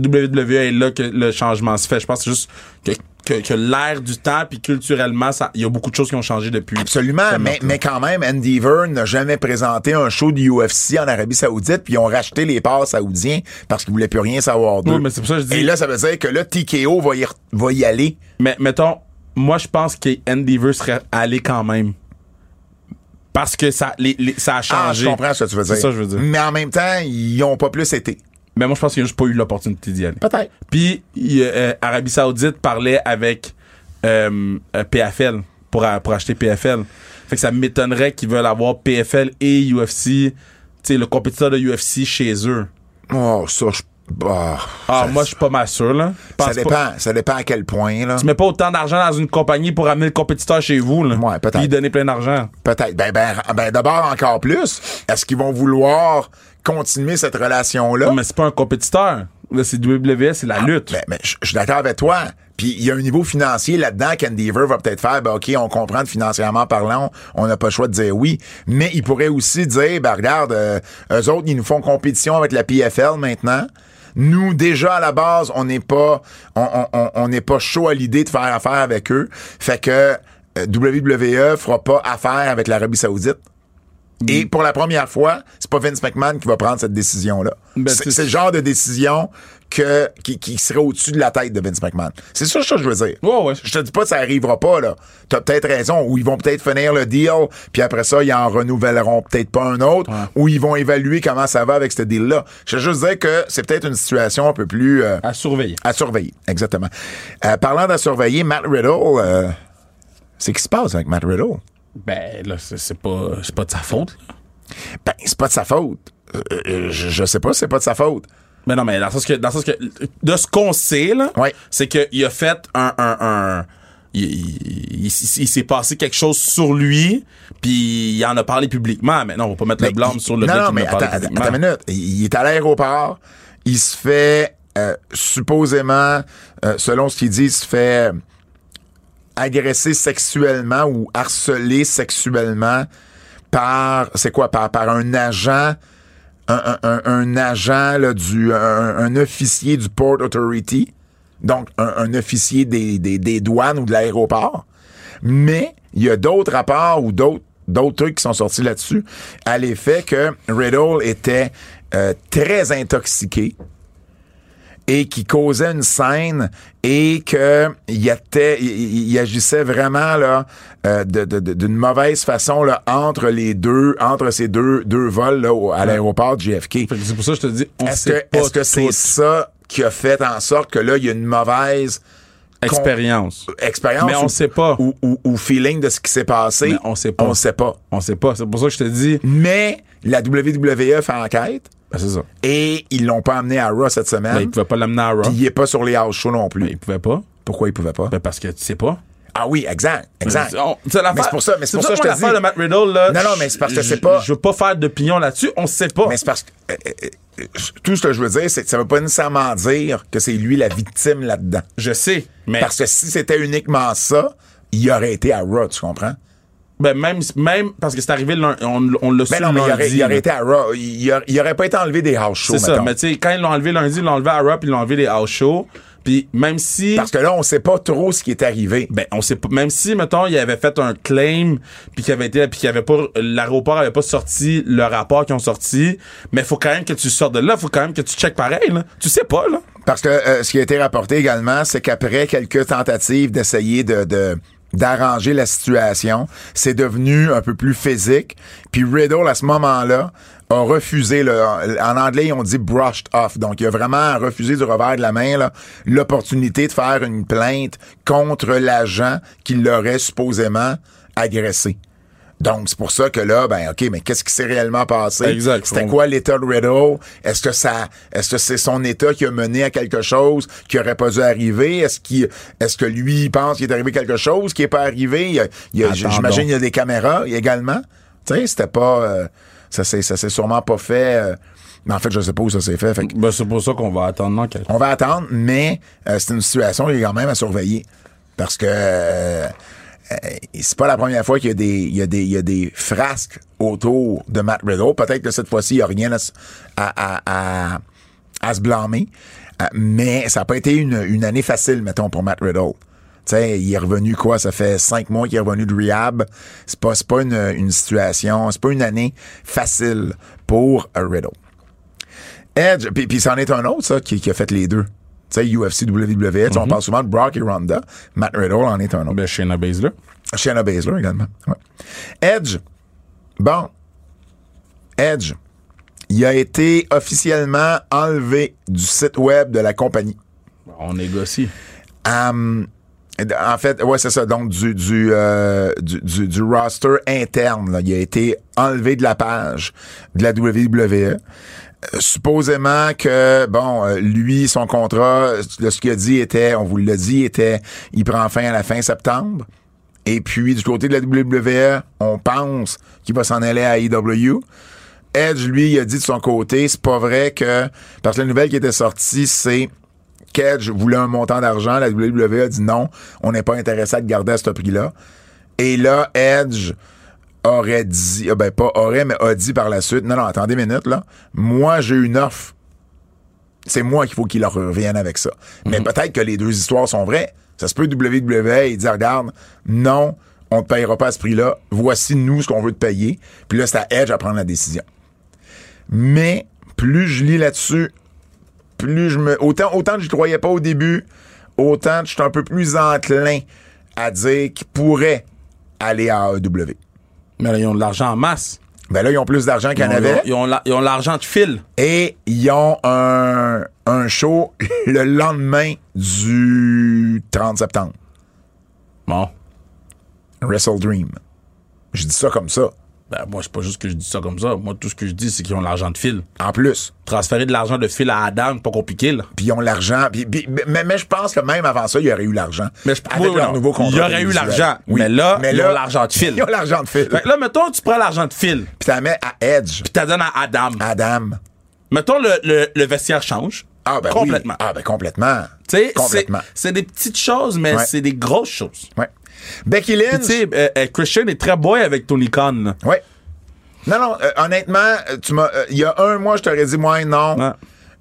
E: WWE est là que le changement se fait. Je pense juste que, que, que l'air du temps, puis culturellement, ça- il y a beaucoup de choses qui ont changé depuis.
D: Absolument, mais, mais quand même, Endeavor n'a jamais présenté un show du UFC en Arabie Saoudite, puis ils ont racheté les parts saoudiens parce qu'ils voulaient plus rien savoir d'eux.
E: Oui, mais c'est pour ça que je dis-
D: Et là, ça veut dire que là, TKO va y, re- va y aller.
E: Mais mettons, moi je pense qu'Endeavor serait allé quand même. Parce que ça, les- les- ça a
D: Ah, je
E: changé.
D: comprends ce que tu veux dire.
E: C'est ça que je veux dire.
D: Mais en même temps, ils n'ont pas plus été.
E: Mais Ben, moi je pense qu'il a juste pas eu l'opportunité d'y aller.
D: Peut-être.
E: Puis il, euh, Arabie Saoudite parlait avec euh, euh, PFL pour, a- pour acheter PFL. Fait que ça m'étonnerait qu'ils veulent avoir PFL et UFC, tu sais, le compétiteur de UFC chez eux.
D: Oh, ça, je... ah,
E: Ah,
D: ça-
E: moi, je suis pas mal sûr, là. Je pense
D: ça
E: pas-
D: dépend. Ça dépend à quel point, là.
E: Tu mets pas autant d'argent dans une compagnie pour amener le compétiteur chez vous, là.
D: Ouais, peut-être.
E: Puis lui donner plein d'argent.
D: Peut-être. Ben, ben, ben d'abord, encore plus. Est-ce qu'ils vont vouloir continuer cette relation-là?
E: Non, mais c'est pas un compétiteur. Là, c'est WWE, c'est la lutte.
D: Ah. Ben, ben, je je suis d'accord avec toi. Puis il y a un niveau financier là-dedans qu'Endeavor va peut-être faire, ben OK, on comprend que financièrement parlant, on n'a pas le choix de dire oui. Mais il pourrait aussi dire, ben regarde, euh, eux autres, ils nous font compétition avec la PFL maintenant. Nous, déjà à la base, on n'est pas on on- on- on n'est pas chaud à l'idée de faire affaire E avec eux. Fait que euh, WWE fera pas affaire avec l'Arabie Saoudite. Et pour la première fois, c'est pas Vince McMahon qui va prendre cette décision-là.
E: Ben,
D: c'est
E: c'est-
D: c'est le genre de décision que, qui, qui serait au-dessus de la tête de Vince McMahon. C'est ça que je veux dire.
E: Ouais, ouais.
D: Je te dis pas que ça arrivera pas, là. T'as peut-être raison. Ou ils vont peut-être finir le deal, puis après ça, ils en renouvelleront peut-être pas un autre. Ou ils vont évaluer comment ça va avec ce deal-là. Je veux juste dire que c'est peut-être une situation un peu plus... euh,
E: À surveiller.
D: à surveiller, exactement. Euh, parlant d'à surveiller, Matt Riddle, euh, c'est qui se passe avec Matt Riddle?
E: Ben, là, c'est c'est pas, c'est pas de sa faute. là.
D: Ben, c'est pas de sa faute. Euh, euh, je, je sais pas, c'est pas de sa faute.
E: Mais non, mais dans le sens que, dans le sens que de ce qu'on sait, là,
D: Ouais.
E: c'est qu'il a fait un. un, un il, il- il- il s'est passé quelque chose sur lui, puis il en a parlé publiquement. Mais non, on va pas mettre le
D: Ben,
E: blâme
D: il-
E: sur le
D: Non,
E: gars
D: non,
E: qui en
D: mais
E: a parlé
D: attends, attends
E: publiquement.
D: une minute. Il il est à l'aéroport, il se fait, euh, supposément, euh, selon ce qu'il dit, il se fait euh, agresser sexuellement ou harceler sexuellement par, c'est quoi, par, par un agent un, un- un agent là, du un, un officier du Port Authority, donc un, un officier des, des- des douanes ou de l'aéroport. Mais il y a d'autres rapports ou d'autres d'autres trucs qui sont sortis là-dessus à l'effet que Riddle était euh, très intoxiqué et qui causait une scène et que il était- il- il agissait vraiment là euh, de- de- de- d'une mauvaise façon là, entre les deux entre ces deux deux vols là, au- à l'aéroport de JFK.
E: Fait que C'est pour ça que je te dis, on
D: Est-ce
E: sait
D: que
E: pas
D: est-ce que c'est
E: toute
D: ça qui a fait en sorte que là il y a une mauvaise
E: expérience.
D: expérience
E: Mais on
D: ou-
E: sait pas.
D: ou, ou- ou feeling de ce qui s'est passé
E: Mais on sait pas.
D: on sait pas
E: On sait pas. C'est pour ça que je te dis,
D: mais la WWE fait enquête
E: ben, c'est ça.
D: et ils l'ont pas amené à Raw cette semaine
E: Ben, il pouvait pas l'amener à Raw.
D: Puis il est pas sur les house shows non plus
E: Il pouvait pas.
D: pourquoi il pouvait pas
E: Ben, parce que tu sais pas.
D: Ah oui, exact, exact.
E: On- C'est
D: Mais
E: l'affaire-
D: c'est pour ça, mais c'est pour ça que
E: moi,
D: je te
E: l'affaire
D: dis.
E: de Matt Riddle, là.
D: Non, non, mais c'est parce que
E: je-
D: c'est pas-
E: Je veux pas faire d'opinion là-dessus. On sait pas.
D: Mais c'est parce que euh, euh, euh, tout ce que je veux dire, c'est que ça veut pas nécessairement dire que c'est lui la victime là-dedans.
E: Je sais. Mais
D: Parce que si c'était uniquement ça, il aurait été à Raw, tu comprends?
E: ben, même, même parce que c'est arrivé lundi, on, on l'a su
D: Ben non, mais il aurait,
E: lundi,
D: il aurait
E: là.
D: été à Raw. Il, il aurait- il aurait pas été enlevé des house shows,
E: C'est ça.
D: mettons.
E: Mais tu sais, quand ils l'ont enlevé lundi, ils l'ont enlevé à Raw, puis ils l'ont enlevé les house shows. Puis même si.
D: Parce que là, on sait pas trop ce qui est arrivé.
E: ben on sait pas même si mettons il avait fait un claim puis qu'il avait été puis qu'il avait pas l'aéroport avait pas sorti le rapport qu'ils ont sorti mais faut quand même que tu sortes de là faut quand même que tu checkes pareil là tu sais pas là
D: Parce que euh, ce qui a été rapporté également, c'est qu'après quelques tentatives d'essayer de, de- d'arranger la situation, c'est devenu un peu plus physique. Puis Riddle, à ce moment-là, a refusé, le, en anglais, ils ont dit brushed off. Donc, il a vraiment refusé du revers de la main là, l'opportunité de faire une plainte contre l'agent qui l'aurait supposément agressé. Donc, c'est pour ça que là, ben, OK, mais qu'est-ce qui s'est réellement passé?
E: Exact.
D: C'était
E: On-
D: quoi l'état de Riddle? Est-ce que ça, est-ce que c'est son état qui a mené à quelque chose qui aurait pas dû arriver? Est-ce qu'il, est-ce que lui, il pense qu'il est arrivé quelque chose qui est pas arrivé? Il y a- il y a- j-
E: Attendons.
D: j'imagine, il y a des caméras également. Tu sais, c'était pas, euh, ça s'est, ça s'est sûrement pas fait, euh, mais en fait, je sais pas où ça s'est fait. Fait que
E: ben c'est pour ça qu'on va attendre l'enquête
D: on va attendre, mais euh, c'est une situation qui est quand même à surveiller. Parce que euh, euh, c'est pas la première fois qu'il y a des, il y a des, il y a des frasques autour de Matt Riddle. Peut-être que cette fois-ci, il n'y a rien à, s- à, à- à- à se blâmer. Euh, mais ça n'a pas été une, une année facile, mettons, pour Matt Riddle. Tu sais, il est revenu quoi? Ça fait cinq mois qu'il est revenu de rehab. C'est pas, c'est pas une, une situation, c'est pas une année facile pour euh, Riddle. Edge, puis, puis c'en est un autre, ça, qui, qui a fait les deux. Tu sais, UFC, WWE, E, tu sais, on parle souvent de Brock et Ronda. Matt Riddle en est un autre.
E: ben Shayna Baszler
D: Shayna Baszler également. ouais. Edge, bon, Edge, il a été officiellement enlevé du site web de la compagnie.
E: on négocie
D: Hum, en fait, ouais, c'est ça. Donc, du, du, euh, du, du- du roster interne, là. il a été enlevé de la page de la WWE. Euh, Supposément que, bon, euh, lui, son contrat, de ce qu'il a dit était, on vous l'a dit, était, il prend fin à la fin septembre. Et puis, du côté de la WWE, on pense qu'il va s'en aller à IW. Edge, lui, il a dit de son côté, c'est pas vrai que, parce que la nouvelle qui était sortie, c'est qu'Edge voulait un montant d'argent, la WWE a dit non, on n'est pas intéressé à te garder à ce prix-là. Et là, Edge aurait dit, ah ben pas aurait, mais a dit par la suite, non, non, attendez une minute, là, moi, j'ai une offre. C'est moi qu'il faut qu'il leur revienne avec ça. E, Mais peut-être que les deux histoires sont vraies. Ça se peut WWE et dire, regarde, non, on te payera pas à ce prix-là. Voici, nous, ce qu'on veut te payer. Puis là, c'est à Edge à prendre la décision. Mais plus je lis là-dessus, plus je me. Autant, autant je croyais pas au début, autant je suis un peu plus enclin à dire qu'ils pourraient aller à AEW.
E: Mais là, ils ont de l'argent en masse.
D: Ben là, ils ont plus d'argent
E: Ils
D: qu'ils
E: ont-
D: en avaient.
E: Ils ont la- ils ont l'argent de fil.
D: Et ils ont un, un show (laughs) le lendemain du 30 septembre.
E: Bon.
D: Wrestle Dream. Je dis ça comme ça.
E: Ben, moi, c'est pas juste que je dis ça comme ça. Moi, tout ce que je dis, c'est qu'ils ont l'argent de fil.
D: En plus.
E: Transférer de l'argent de fil à Adam, pas compliqué, là.
D: Puis ils ont l'argent. Puis- puis- mais, mais je pense que même avant ça, il y aurait eu l'argent.
E: Mais je-
D: Avec
E: oui,
D: leur
E: non.
D: nouveau contrat.
E: Il y aurait eu
D: télévisuel.
E: l'argent. Mais là, ils ont l'argent de fil.
D: (laughs) Ils ont l'argent de fil.
E: Fait que là, mettons, tu prends l'argent de fil,
D: Puis ça met à Edge.
E: puis tu donnes à Adam.
D: Adam.
E: Mettons, le, le, le vestiaire change.
D: Ah, ben oui.
E: Complètement.
D: Ah, ben complètement.
E: Tu sais, c'est-
D: Complètement.
E: c'est des petites choses, mais
D: Ouais.
E: c'est des grosses choses.
D: Ouais. Becky
E: Puis,
D: Lynch.
E: tu sais, euh, euh, Christian est très boy avec Tony Khan. là.
D: Ouais. Non, non, euh, honnêtement, euh, tu m'as. euh, Il y a un mois, je t'aurais dit moi non.
E: Ouais.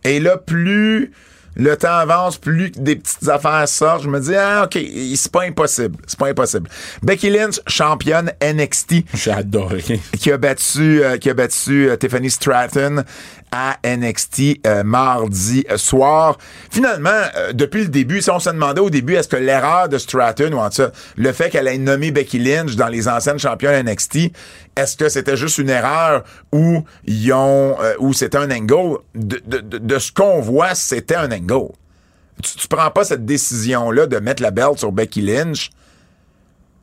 D: Et là, plus le temps avance, plus des petites affaires sortent, je me dis Ah, OK, c'est pas impossible. C'est pas impossible. Becky Lynch, championne NXT,
E: J'ai adoré.
D: qui a battu, euh, qui a battu euh, Tiffany Stratton à NXT euh, mardi soir. Finalement, euh, depuis le début, si on se demandait au début, est-ce que l'erreur de Stratton ou en tout cas, le fait qu'elle ait nommé Becky Lynch dans les anciennes championnes NXT, est-ce que c'était juste une erreur ou ils ont, euh, ou c'était un angle? De, de- de- de ce qu'on voit, c'était un angle. Tu, tu prends pas cette décision-là de mettre la belt sur Becky Lynch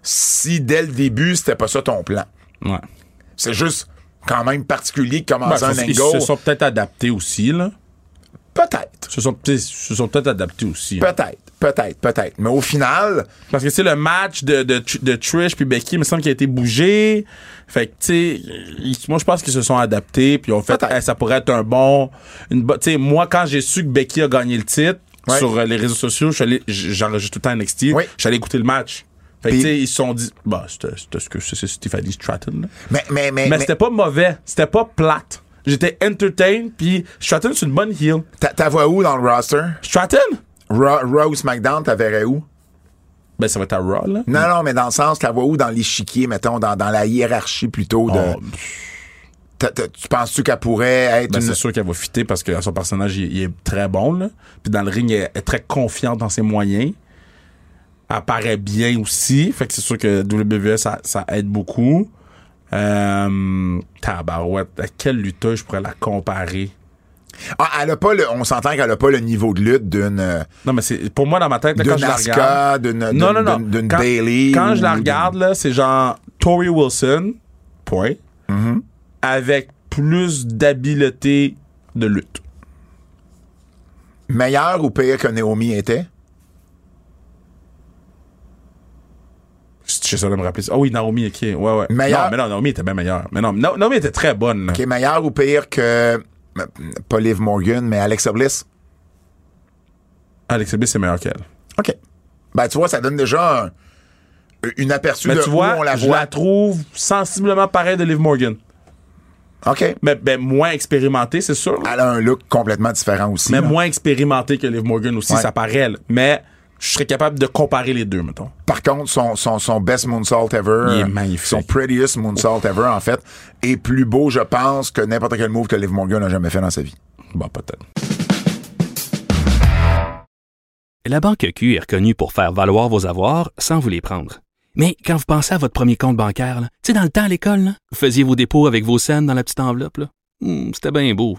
D: si dès le début, c'était pas ça ton plan.
E: Ouais.
D: C'est juste quand même particulier de
E: Ben,
D: commencer un
E: ils se
D: angle.
E: sont peut-être adaptés aussi, là.
D: Peut-être.
E: Ils se sont, peut- ils se sont peut-être adaptés aussi.
D: Peut-être, peut-être, peut-être. Mais au final,
E: Parce que, tu sais, le match de, de, Tr- de Trish puis Becky, il me semble qu'il a été bougé. Fait que, tu sais, ils- moi, je pense qu'ils se sont adaptés puis ils ont fait,
D: Peut-être.
E: Eh, ça pourrait être un bon, une bo- tu sais, moi, quand j'ai su que Becky a gagné le titre
D: Ouais.
E: sur euh, les réseaux sociaux, je suis allé- j- j'enregistre tout le temps NXT,
D: Oui.
E: j'allais écouter le match. Fait que,
D: Puis-
E: tu sais, ils se sont dit, bah, c'était c'était ce que c'est, c'est Stephanie Stratton, là.
D: mais, mais, Eh, mais,
E: Mais,
D: mais
E: c'était pas mauvais, c'était pas plate. J'étais entertained puis Stratton, c'est une bonne heel.
D: t'a- t'avoues où dans le roster?
E: Stratton?
D: Ro- Rose McDonald, t'as verrais où?
E: Ben, ça va être à Raw, là.
D: Non, non, mais dans le sens, t'as vois où dans l'échiquier, mettons, dans, dans la hiérarchie plutôt de.
E: Oh,
D: T'as- t'as- tu penses-tu qu'elle pourrait être
E: Ben,
D: une.
E: c'est sûr qu'elle va fitter parce que son personnage, il, il est très bon. Là. Puis dans le ring, elle est très confiante dans ses moyens. Elle paraît bien aussi. Fait que c'est sûr que WWE, ça, ça aide beaucoup. Euh, tabarouette, à quelle lutteuse je pourrais la comparer?
D: Ah, elle a pas le. On s'entend qu'elle a pas le niveau de lutte d'une. euh,
E: Non, mais c'est pour moi, dans ma tête, là,
D: D'une
E: quand je la
D: Asuka,
E: regarde...
D: d'une-
E: non, non,
D: d'une-
E: non.
D: d'une- d'une
E: quand,
D: Bayley
E: Quand je
D: ou
E: la
D: d'une-
E: regarde, là, c'est genre Tori Wilson, point,
D: Mm-hmm.
E: avec plus d'habileté de lutte.
D: Meilleure ou pire que Naomi était?
E: J'essaie de me rappeler ça. Ah oui, Naomi, ok. Ouais, ouais.
D: Meilleur-
E: Non, mais non, Naomi était bien meilleure. Mais non, Na- Naomi était très bonne. là.
D: Qui est meilleure ou pire que. euh, Pas Liv Morgan, mais Alexa Bliss?
E: Alexa Bliss est meilleure qu'elle.
D: OK. Ben, tu vois, ça donne déjà un- une aperçu
E: Mais
D: de
E: Ben, tu vois,
D: où on la
E: je
D: voit.
E: la trouve sensiblement pareille de Liv Morgan.
D: OK.
E: Mais ben, moins expérimentée, c'est sûr.
D: Elle a un look complètement différent aussi.
E: Mais
D: Ah, là.
E: moins expérimentée que Liv Morgan aussi,
D: Ouais.
E: ça paraît. là. Mais je serais capable de comparer les deux, mettons.
D: Par contre, son, son, son best moonsault ever,
E: Il est
D: euh,
E: magnifique.
D: son prettiest moonsault ever, en fait, est plus beau, je pense, que n'importe quel move que Liv Morgan n'a jamais fait dans sa vie.
E: Bon, Bah, peut-être.
F: La Banque Q est reconnue pour faire valoir vos avoirs sans vous les prendre. Mais quand vous pensez à votre premier compte bancaire, là, tu sais, dans le temps à l'école, là, vous faisiez vos dépôts avec vos scènes dans la petite enveloppe. là. Hum, C'était bien beau.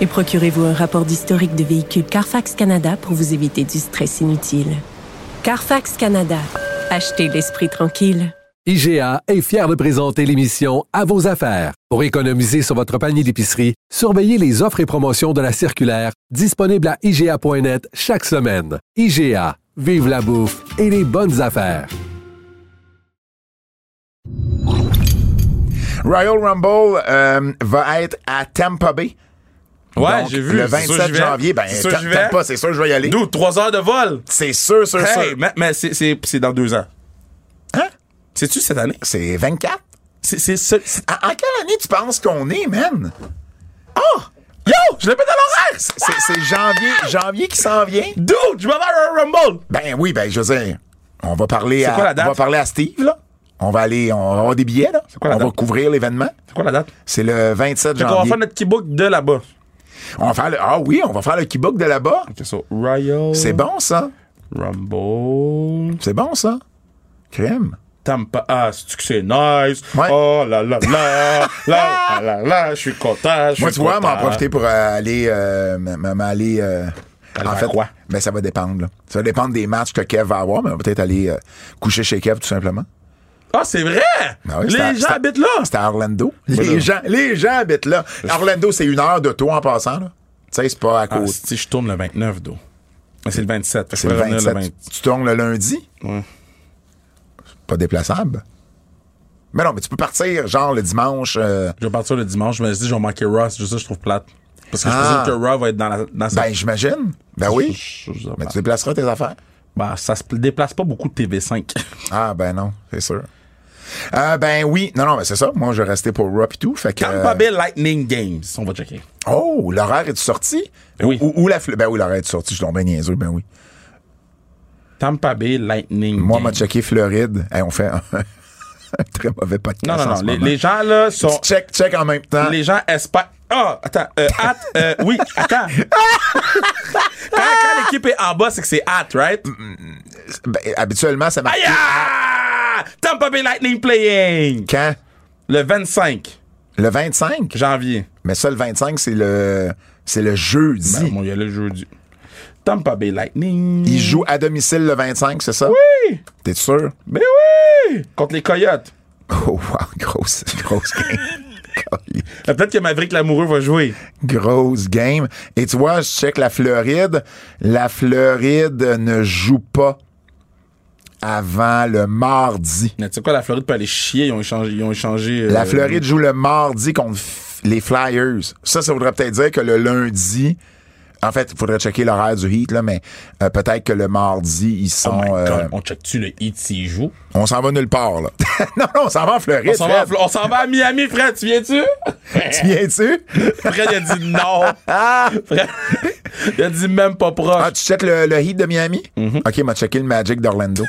A: Et procurez-vous un rapport d'historique de véhicule Carfax Canada pour vous éviter du stress inutile. Carfax Canada. Achetez l'esprit tranquille.
B: IGA est fier de présenter l'émission À vos affaires. Pour économiser sur votre panier d'épicerie, surveillez les offres et promotions de la circulaire disponible à IGA.net chaque semaine. IGA, vive la bouffe et les bonnes affaires.
D: Royal Rumble euh, va être à Tampa Bay.
E: Ouais,
D: Donc,
E: j'ai vu.
D: Le
E: c'est sûr,
D: 27
E: j'y vais.
D: janvier, ben,
E: C'est sûr, j'y
D: t'as-
E: vais.
D: t'as pas, c'est sûr, je vais y aller.
E: D'où, trois heures de vol.
D: C'est sûr, sûr,
E: Hey,
D: sûr.
E: mais, mais c'est- c'est c'est dans deux ans.
D: Hein?
E: C'est-tu cette année?
D: C'est 24?
E: C'est c'est ce- c'est-
D: En, en quelle année tu penses qu'on est, man? Ah!
E: Oh! Yo! Je le mets dans l'horaire!
D: C'est c'est janvier, janvier qui s'en vient?
E: Dude, je m'en vais à Royal Rumble!
D: Ben oui, ben je veux dire, on va parler à,
E: quoi la date?
D: on va parler à Steve, là. On va aller, on va avoir des billets, là.
E: quoi la
D: on va
E: date?
D: couvrir l'événement.
E: C'est quoi la date?
D: C'est le 27
E: Fait qu'on va
D: janvier.
E: faire notre keybook de là-bas.
D: On va faire le, ah oui, on va faire le keybook de là-bas.
E: Ok, so Royal
D: C'est bon, ça.
E: Rumble.
D: C'est bon, ça. Crème.
E: Tampa. Ah, c'est-tu que c'est nice?
D: Ouais.
E: Oh là là
D: (laughs)
E: là! là là là là, je suis content. je suis
D: Moi, tu vois,
E: content.
D: m'en profiter pour euh, aller. euh, m- m- aller euh,
E: Aller
D: en
E: faire
D: fait,
E: quoi?
D: Ben, ça va dépendre. là. Ça va dépendre des matchs que Kev va avoir, mais on va peut-être aller euh, coucher chez Kev, tout simplement.
E: Ah, c'est vrai!
D: Ben oui, c'était à-
E: Les gens
D: c'était à-
E: habitent là!
D: C'était à Orlando.
E: Voilà.
D: Les, gens, les gens habitent là. Orlando, c'est une heure de tour en passant. là. Tu sais, c'est pas à
E: Ah,
D: cause.
E: si je tourne le 29, d'eau. C'est le 27. fait que je
D: c'est le
E: pourrais revenir
D: 27. Tu tournes le lundi.
E: Ouais.
D: Pas déplaçable. Mais non, mais tu peux partir, genre, le dimanche. euh,
E: Je vais partir le dimanche, je me suis dit, je vais manquer Raw, c'est juste ça, que je trouve plate. Parce que
D: Ah.
E: je présume que Raw va être dans, la, dans sa.
D: ben, j'imagine. Ben oui.
E: (laughs) Je- je- je-
D: Mais tu déplaceras tes affaires.
E: Ben, ça se déplace pas beaucoup de TV5.
D: Ah, ben non, c'est sûr. Euh, ben oui, non, non, mais c'est ça. Moi, je vais rester pour Raw et tout. Fait que,
E: (laughs) Tampa Bay Lightning Games, on va checker.
D: Oh, l'horaire est sorti?
E: Ben oui.
D: Ou, ou la fle- Ben oui, l'horaire est sorti, je tombe bien niaiseux, ben oui.
E: Tampa Bay Lightning
D: Moi, on
E: Games.
D: m'a checké Floride. Hey, on fait un, (laughs) un très mauvais podcast.
E: Non, non,
D: en
E: non.
D: ce
E: Les,
D: moment.
E: les gens, là, sont.
D: Check, check en même temps.
E: Les gens espèrent. Ah, attends. Euh, hâte. euh, oui,
D: (laughs)
E: attends.
D: Ah!
E: quand quand l'équipe est en bas, c'est que c'est hâte, right?
D: Mm, Ben, habituellement, ça marque
E: Aïe! ah! Tampa Bay Lightning Playing!
D: quand?
E: Le 25
D: Le 25?
E: janvier.
D: Mais ça, le 25, c'est le, c'est le jeudi.
E: Ben, moi, il y a le jeudi. Tampa Bay Lightning.
D: Ils jouent à domicile le 25, c'est ça?
E: Oui!
D: T'es sûr? (laughs)
E: Ben oui! Contre les Coyotes.
D: Oh, wow, grosse, grosse game. (laughs) Colin.
E: Euh, Peut-être que Maverick Lamoureux va jouer.
D: grosse game. Et tu vois, je check la Floride. La Floride ne joue pas avant le mardi.
E: Mais tu sais quoi, la Floride peut aller chier. Ils ont échangé. Ils ont échangé euh,
D: La Floride joue le mardi contre f- les Flyers. Ça, ça voudrait peut-être dire que le lundi. En fait, il faudrait checker l'horaire du Heat, là, mais euh, peut-être que le mardi, ils
E: Oh
D: sont.
E: my God,
D: euh,
E: on check-tu le hit s'il joue?
D: on s'en va nulle part, là. (laughs) non, non, on s'en va en Floride.
E: On s'en va, à
D: Fred.
E: Flo- on s'en va à Miami, Fred, tu viens-tu?
D: Tu viens-tu?
E: Fred, il a dit non. Fred, il a dit même pas proche.
D: Ah, tu checkes le, le Heat de Miami?
E: Mhm.
D: OK, m'a checké le Magic
E: (laughs)
D: d'Orlando.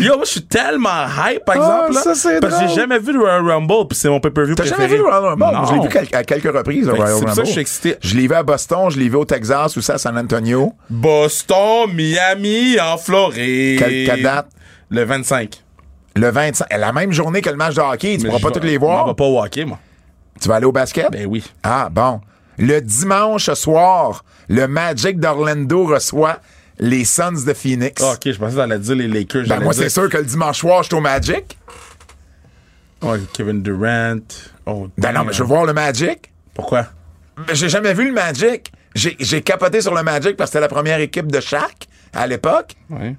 E: Yo, moi, je suis tellement hype, par exemple. là,
D: Ah, ça, c'est
E: parce que j'ai
D: drôle.
E: jamais vu le Royal Rumble, puis c'est mon pay-per-view
D: T'as
E: préféré.
D: jamais vu le Royal Rumble?
E: Non.
D: Je l'ai vu quel- à quelques reprises, le
E: Fait que
D: Royal
E: c'est pour
D: Rumble.
E: ça que je suis excité.
D: Je l'ai vu à Boston, je l'ai vu au Texas, ou ça, à San Antonio.
E: Boston, Miami, en Floride.
D: Quelle- quelle date?
E: Le 25.
D: Le 25, la même journée que le match de hockey, tu
E: Mais
D: pourras
E: je
D: pas
E: vais-
D: toutes les
E: moi,
D: voir.
E: On va pas walker, moi.
D: Tu vas aller au basket?
E: Ben oui.
D: Ah, bon. Le dimanche soir, le Magic d'Orlando reçoit les Suns de Phoenix.
E: Ah, ok, je pensais que t'allais dire les Lakers.
D: Ben,
E: j'allais
D: moi,
E: dire-
D: c'est sûr que le dimanche soir, je suis au Magic.
E: Ouais, Kevin Durant. Oh,
D: Ben non, mais je veux voir le Magic.
E: Pourquoi?
D: Ben, J'ai jamais vu le Magic. J'ai j'ai capoté sur le Magic parce que c'était la première équipe de Shaq à l'époque.
E: Ouais.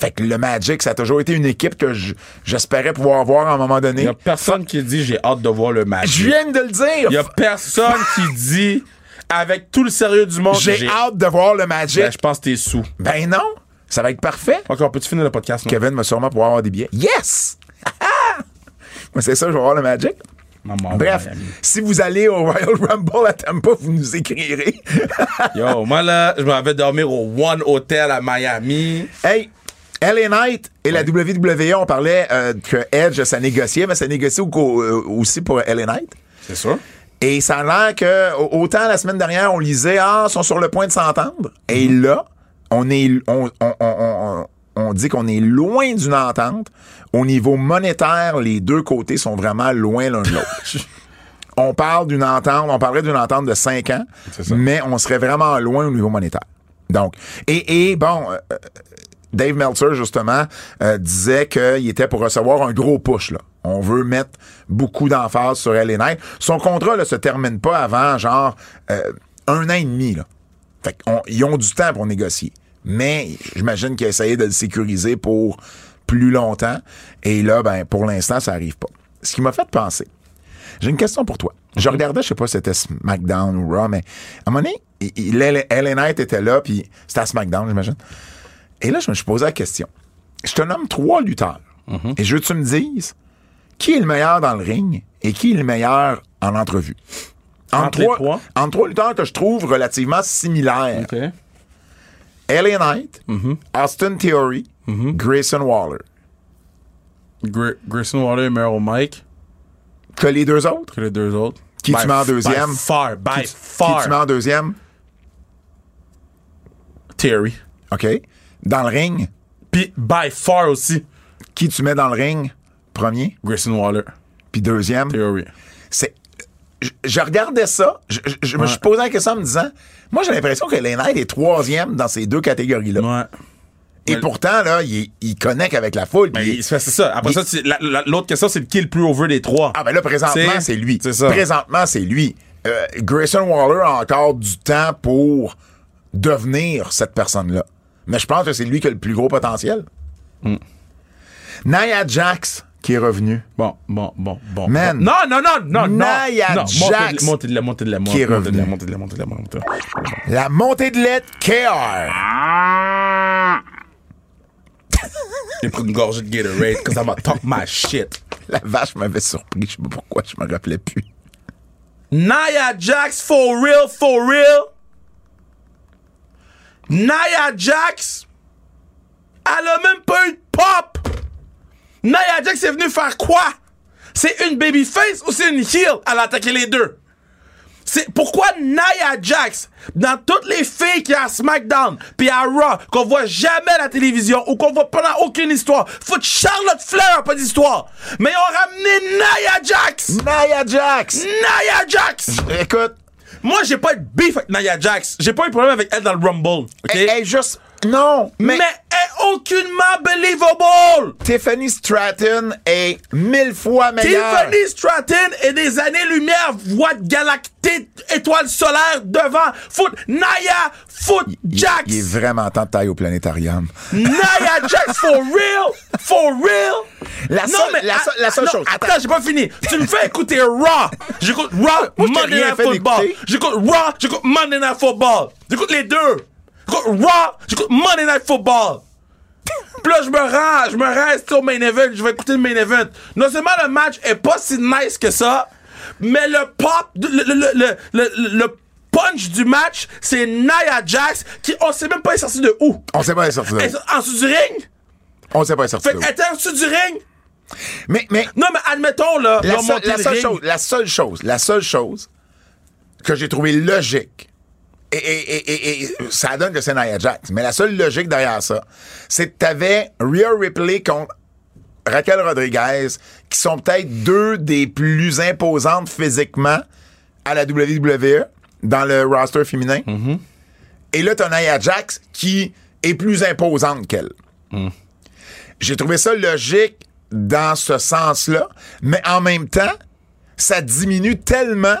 D: Fait que le Magic, ça a toujours été une équipe que je- j'espérais pouvoir voir à un moment donné.
E: Il y a personne qui dit j'ai hâte de voir le match.
D: Je viens de le dire.
E: Il y a personne qui dit avec tout le sérieux du monde
D: J'ai hâte de voir le Magic.
E: Ben, je pense que t'es sous.
D: Ben, non, ça va être parfait.
E: Ok, on peut-tu finir le podcast? non?
D: Kevin va sûrement pouvoir avoir des billets. Yes! (laughs) Moi, c'est ça, je vais voir le Magic.
E: Maman,
D: Bref,
E: Miami.
D: si vous allez au Royal Rumble à Tampa, vous nous écrirez.
E: Yo, moi là, je m'en vais dormir au One Hotel à Miami.
D: hey, LA Knight et la WWE, on parlait euh, que Edge, ça négociait, mais ça négocie au- au- euh, aussi pour LA Knight.
E: C'est sûr.
D: Et ça a l'air que, au- autant la semaine dernière, on lisait, ah, ils sont sur le point de s'entendre. Et
E: Mm-hmm.
D: là, on est, on, on- on- on- on dit qu'on est loin d'une entente. Au niveau monétaire, les deux côtés sont vraiment loin l'un de l'autre.
E: (laughs)
D: on parle d'une entente, on parlerait d'une entente de 5 ans,
E: C'est ça.
D: mais on serait vraiment loin au niveau monétaire. Donc, et, et bon, euh, euh, Dave Meltzer, justement, euh, disait qu'il était pour recevoir un gros push, là. On veut mettre beaucoup d'emphase sur LA Knight. Son contrat, là, se termine pas avant, genre, euh, un an et demi, là. Fait qu'ils ont du temps pour négocier. mais j'imagine qu'il a essayé de le sécuriser pour plus longtemps. Et là, ben, pour l'instant, ça arrive pas. Ce qui m'a fait penser, j'ai une question pour toi. Je regardais, je sais pas si c'était SmackDown ou Raw, mais à un moment donné, il- il- L- LA Knight était là, puis c'était à SmackDown, j'imagine. Et là, je me suis posé la question. Je te nomme trois lutteurs.
E: Mhm.
D: Et je veux que tu me dises qui est le meilleur dans le ring et qui est le meilleur en entrevue.
E: Entre les trois?
D: entre trois lutteurs que je trouve relativement similaires.
E: OK. Mhm.
D: LA Knight, Austin Theory, Grayson Waller.
E: Gra- Grayson Waller est meilleur au mic
D: T'as les deux autres?
E: que les deux autres.
D: Qui
E: By
D: tu mets en
E: f-
D: deuxième?
E: By far, by far.
D: Qui tu mets en deuxième?
E: Terry.
D: OK. Dans le ring,
E: Puis by far aussi,
D: qui tu mets dans le ring? Premier,
E: Grayson Waller.
D: puis deuxième.
E: Theory.
D: C'est. Je, je regardais ça, je, je- je me suis posé la question en me disant, moi j'ai l'impression que LA Knight est troisième dans ces deux catégories-là.
E: Ouais.
D: Et
E: Mais-
D: pourtant, là, il, est- il connecte avec la foule. puis
E: Mais
D: il-
E: il- Ben, c'est ça. Après
D: il-
E: ça, c'est- la- la- l'autre question, c'est qui est le plus over des trois?
D: Ah ben là, présentement,
E: C'est-
D: c'est lui.
E: c'est ça.
D: Présentement, c'est lui. Euh, Grayson Waller a encore du temps pour devenir cette personne-là. Mais je pense que c'est lui qui a le plus gros potentiel.
E: Mm.
D: Nia Jax, qui est revenu,
E: Bon, bon, bon, bon.
D: Man.
E: Non, non, non, non, non.
D: Nia
E: non.
D: Jax
E: Montez de la, montez de la,
D: qui est
E: montez de la, montez de la,
D: revenu.
E: montez de la, montez de la, montez de la.
D: la montée de l'aide KR.
E: J'ai pris une gorgée de Gatorade, cause I'm gonna talk my shit.
D: (laughs) La vache m'avait surpris, je sais pas pourquoi, je me rappelais plus.
E: Nia Jax, for real, for real. Nia Jax, elle a même pas eu de pop. Nia Jax est venue faire quoi? C'est une babyface ou c'est une heel? Elle a attaqué les deux. C'est pourquoi Nia Jax, dans toutes les filles qui a à SmackDown, puis à Raw, qu'on voit jamais à la télévision ou qu'on voit pas dans aucune histoire, faut que Charlotte Flair a pas d'histoire. Mais on a ramené Nia Jax!
D: Nia Jax!
E: Nia Jax!
D: Écoute,
E: Moi, j'ai pas eu de beef avec Nia Jax. J'ai pas eu de problème avec elle dans le Rumble. OK?
D: elle est juste. Non!
E: mais...
D: Eh, Mais,
E: elle est aucunement believable!
D: Tiffany Stratton est mille fois meilleure.
E: Tiffany Stratton est des années-lumière, voie de galactique, étoile solaire devant. Foot Nia, foot
D: Il-
E: Jax! Mm.
D: Il est vraiment temps de taille au planétarium.
E: Nia Jax, for real! For real!
D: La
E: Non,
D: seule-
E: mais
D: la
E: a-
D: seule- la seule
E: non,
D: chose.
E: Attends, j'ai pas fini. Tu me fais écouter Raw. J'écoute Raw,
D: Moi, je t'ai
E: Monday
D: rien
E: Night
D: fait
E: Football.
D: d'écouter.
E: J'écoute Raw, j'écoute Monday Night Football. J'écoute les deux. J'écoute Raw, j'écoute Monday Night Football. Puis là, je me rends, je me rends c'est au main event, je vais écouter le main event. Non seulement le match est pas si nice que ça, mais le pop, le, le, le, le, le- le punch du match, c'est Nia Jax qui, on sait même pas, est sorti de où.
D: On sait pas elle est sortie de
E: Elle
D: où.
E: est en dessous du ring?
D: On sait pas elle est sortie
E: Fait
D: de où.
E: qu'elle était en dessous du ring?
D: Mais, mais
E: Non, mais admettons, là, ils
D: la,
E: ont
D: seule-
E: monté
D: la
E: le
D: seule
E: ring.
D: chose, la seule chose, la seule chose que j'ai trouvé logique, et, et- et- et- et ça donne que c'est Nia Jax, mais la seule logique derrière ça, c'est que t'avais Rhea Ripley contre Raquel Rodriguez, qui sont peut-être deux des plus imposantes physiquement à la WWE, dans le roster féminin.
E: Mm-hmm.
D: Et là, t'as Nia Jax qui est plus imposante qu'elle. J'ai trouvé ça logique dans ce sens-là, mais en même temps, ça diminue tellement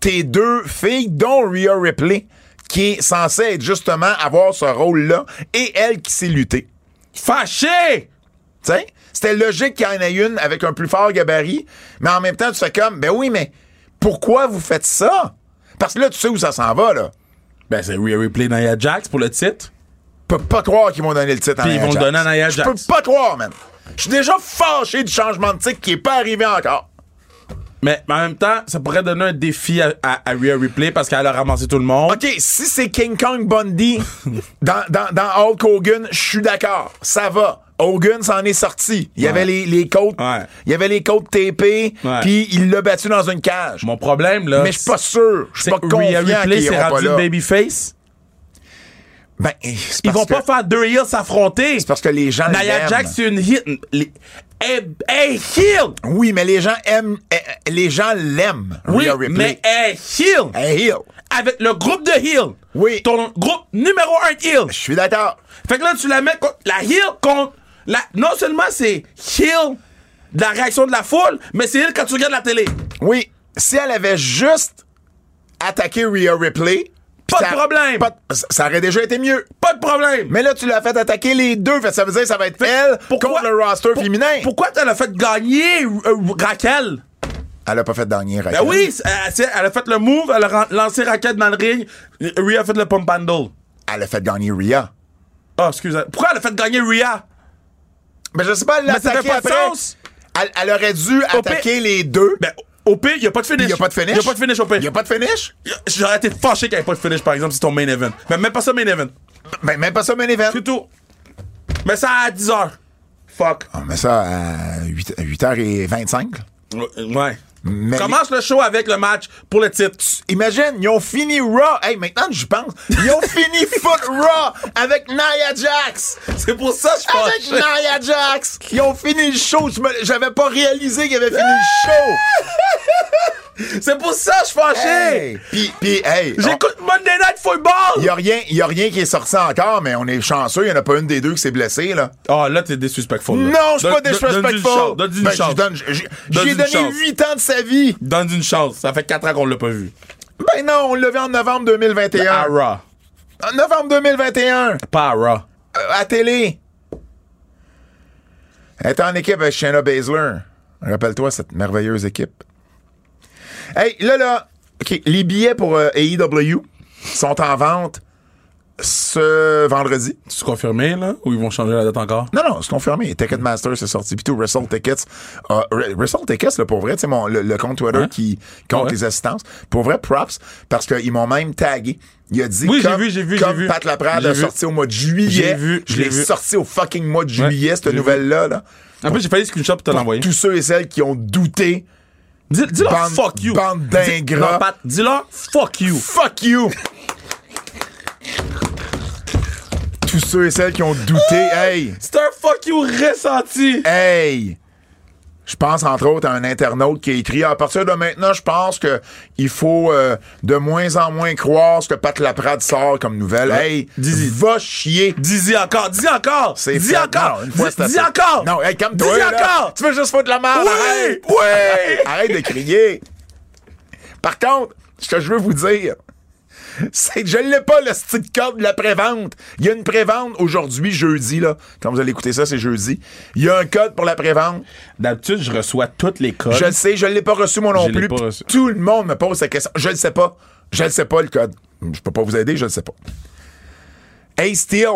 D: tes deux filles, dont Rhea Ripley, qui est censée être justement avoir ce rôle-là, et elle qui s'est luttée.
E: Fâché!
D: Tu sais? C'était logique qu'il y en ait une avec un plus fort gabarit, mais en même temps, tu fais comme, ben oui, mais pourquoi vous faites ça? Parce que là, tu sais où ça s'en va, là.
E: Ben, c'est Rhea Ripley, Nia Jax pour le titre.
D: Je peux pas croire qu'ils vont donner le titre à
E: Puis ils
D: Nia
E: vont le
D: Jax.
E: donner à Nia
D: Je peux
E: Jax.
D: pas croire, man. Je suis déjà fâché du changement de titre qui est pas arrivé encore.
E: Mais mais en même temps, ça pourrait donner un défi à, à, à Rhea Ripley parce qu'elle a ramassé tout le monde.
D: OK, si c'est King Kong
E: (laughs)
D: Bundy dans, dans, dans Hulk Hogan, je suis d'accord. Ça va. Hogan s'en est sorti. Il y avait les, les côtes.
E: Ouais.
D: Il y avait les côtes TP,
E: Ouais.
D: puis il l'a battu dans une cage.
E: Mon problème, là.
D: Mais je suis pas sûr. Je suis
E: c'est
D: pas
E: que Rhea
D: confiant
E: Ripley
D: qu'ils
E: s'est
D: iront pas
E: rendue
D: là.
E: babyface.
D: Ben, c'est
E: Ils
D: parce
E: vont
D: que-
E: pas faire deux heels s'affronter.
D: C'est parce que les gens
E: Nia
D: l'aiment.
E: Jax, c'est une hit. Les- Elle elle est heel!
D: Oui, mais les gens aiment... eh, eh, Les gens l'aiment,
E: Oui,
D: Rhea Ripley.
E: mais elle est heel!
D: Elle heel.
E: Avec le groupe de heel.
D: Oui.
E: Ton groupe numéro un est heel.
D: Je suis d'accord.
E: Fait que là, tu la mets contre la heel contre. La, non seulement c'est heel de la réaction de la foule, mais c'est heel quand tu regardes la télé.
D: Oui, si elle avait juste attaqué Rhea Ripley,
E: Pas
D: ça-
E: de problème!
D: pas
E: Pas,
D: de- ça aurait déjà été mieux.
E: de problème!
D: Mais là, tu l'as fait attaquer les deux. Fait que ça veut dire que ça va être elle
E: pourquoi-
D: contre le roster
E: pour-
D: féminin.
E: Pourquoi t'as fait gagner euh, Raquel?
D: Elle a pas fait dernier,
E: Ben oui, c'est- elle, c'est- elle a fait le move, elle a ran- lancé Raquel dans le ring, Rhea a fait le pump handle.
D: Elle a fait gagner Rhea.
E: Ah, excusez. Pourquoi elle a fait gagner Rhea?
D: Mais Ben, je sais pas, elle l'a
E: Mais ça fait
D: attaqué
E: pas de
D: après.
E: sens.
D: Elle, elle aurait dû attaquer les deux.
E: Ben, au pire, il n'y a pas de finish.
D: il n'y a pas de finish.
E: Il n'y a pas de finish au pire.
D: Il n'y a pas de finish.
E: J'aurais été fâché qu'il n'y ait pas de finish, par exemple, si ton main event. Mais même pas ça, main event.
D: Ben, même pas ça, main event.
E: C'est tout. Mais ça à 10 h Fuck.
D: On met Ah, ça à 8, h 25.
E: Ouais.
D: Mais-
E: Commence le show avec le match pour le titre.
D: Imagine, ils ont fini Raw. Hey, maintenant que j'y pense, ils ont (laughs) fini Foot Raw avec Nia Jax.
E: C'est pour ça que je
D: Avec
E: fâché.
D: Nia Jax. Ils ont fini le show. Je me- J'avais pas réalisé qu'ils avaient fini le show.
E: C'est pour ça que je suis fâché.
D: Hey! Puis, puis, hey,
E: J'écoute Monday Night
D: il
E: Football.
D: n'y a, rien- y a rien qui est sorti encore, mais on est chanceux. Il n'y en a pas une des deux qui s'est blessée, là.
E: Ah, là, t'es disrespectful. là.
D: Non, je suis pas
E: Donne- donne-
D: disrespectful.
E: Donne-lui
D: Ben,
E: une
D: je
E: chance.
D: donne- je- je-
E: Donne-lui
D: J'ai
E: une
D: donné
E: chance.
D: 8 ans de sa vie.
E: Donne-lui une chance. Ça fait 4 ans qu'on l'a pas vu.
D: Ben non, on l'a vu en novembre 2021.
E: À Raw.
D: En novembre 2021, euh,
E: Pas à Raw.
D: à télé. Elle était en équipe avec Shayna Baszler. Rappelle-toi cette merveilleuse équipe. Hey, là, là, OK, les billets pour euh, AEW sont en vente ce vendredi.
E: C'est confirmé, là? Ou ils vont changer la date encore?
D: Non, non, c'est confirmé. Ticketmaster, c'est sorti. Puis tout, Wrestle Tickets. euh, Re- Wrestle Tickets, là, pour vrai, tu sais, mon- le, le compte Twitter
E: Ouais.
D: qui compte
E: Ouais.
D: les assistances. Pour vrai, props, parce qu'ils m'ont même tagué. Il a dit
E: Oui, j'ai
D: comme,
E: vu, j'ai vu,
D: comme
E: j'ai vu.
D: Pat Laprade
E: J'ai
D: a
E: vu.
D: sorti au mois de juillet.
E: J'ai vu,
D: je
E: j'ai
D: l'ai
E: vu.
D: sorti au fucking mois de juillet,
E: Ouais,
D: cette
E: j'ai
D: nouvelle-là. Là.
E: En plus, j'ai failli screenshot pour te l'envoyer.
D: Tous ceux et celles qui ont douté,
E: Dis- Dis-leur
D: Bande-
E: fuck you.
D: bande
E: Dis-
D: d'ingrats.
E: Non, Pat, dis-leur fuck you.
D: fuck you! tous ceux et celles qui ont douté, hey!
E: C'est un fuck you ressenti.
D: Hey! Je pense entre autres à un internaute qui a écrit à partir de maintenant, je pense que il faut euh, de moins en moins croire ce que Pat Laprade sort comme nouvelle. Hey,
E: Dis-y.
D: va chier.
E: Dis-y encore, dis encore.
D: C'est
E: Dis
D: fait.
E: encore.
D: Non, une fois,
E: Dis-
D: c'est
E: Dis
D: assez.
E: encore.
D: Non, hey, calme-toi.
E: Dis
D: là.
E: encore.
D: Tu veux juste foutre de la merde.
E: Oui,
D: arrête.
E: oui.
D: Arrête de crier. Par contre, ce que je veux vous dire, c'est que je l'ai pas, le style de code de la prévente. Il y a une prévente aujourd'hui, jeudi, là. Quand vous allez écouter ça, c'est jeudi. Il y a un code pour la prévente.
E: D'habitude, je reçois toutes les codes.
D: Je le sais, je l'ai pas reçu moi non
E: Je l'ai
D: plus.
E: pas
D: Puis
E: reçu.
D: Tout le monde me pose cette question. Je le sais pas. Je le sais pas le code. Je peux pas vous aider, je le sais pas. Ace Steel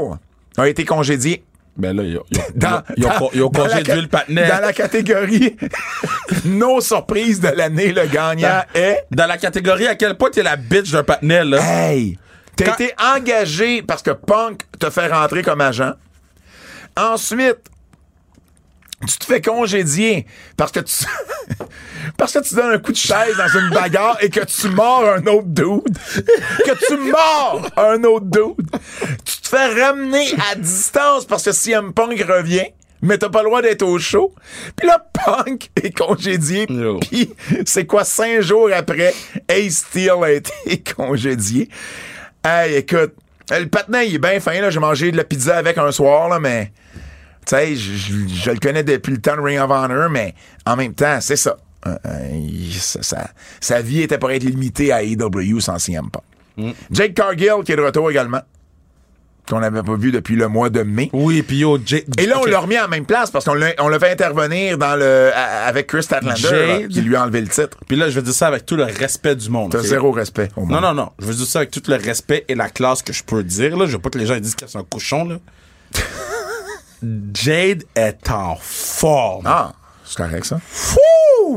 D: a été congédié
E: Ben là, ils ont- ils ont-
D: dans,
E: ils ont-
D: dans-
E: ils ont
D: dans la
E: congédié
D: ca-
E: le patinet.
D: Dans la catégorie (laughs) nos surprises de l'année, le gagnant est
E: Dans la catégorie à quel point t'es la bitch d'un patinet, là.
D: hein? Hey, t'as
E: Quand-
D: été engagé parce que Punk te fait rentrer comme agent. Ensuite, tu te fais congédier parce que tu (laughs) parce que tu donnes un coup de chaise dans une bagarre et que tu mords un autre dude. que tu mords un autre dude. Tu te fais ramener à distance parce que CM Punk revient. Mais t'as pas le droit d'être au show. Puis là, Punk est congédié.
E: Yo.
D: Puis c'est quoi, cinq jours après, Ace Steel a été congédié. Hey, écoute, le patin, il est bien fin. là. J'ai mangé de la pizza avec un soir, là, mais... Tu sais, je, je- je le connais depuis le temps de Ring of Honor, mais en même temps, c'est ça. Euh, euh, il- ça- ça- sa vie était pour être limitée à AEW sans CM Punk.
E: Mm.
D: Jake Cargill, qui est de retour également, qu'on n'avait pas vu depuis le mois de mai.
E: Oui, puis yo, Jay.
D: Et là, on
E: ok.
D: l'a remis à la même place parce qu'on l'a on l'a fait intervenir dans le, à- avec Chris Statlander,
E: Jade.
D: là, qui lui a enlevé le titre.
E: Puis là, je vais dire ça avec tout le respect du monde.
D: T'as
E: ok?
D: zéro respect au monde.
E: Non, non, non. Je veux dire ça avec tout le respect et la classe que je peux dire. Là. Je veux pas que les gens disent qu'elle est un
D: (laughs)
E: cochon. Là. Jade est en forme.
D: Ah, c'est correct, ça.
E: Fou!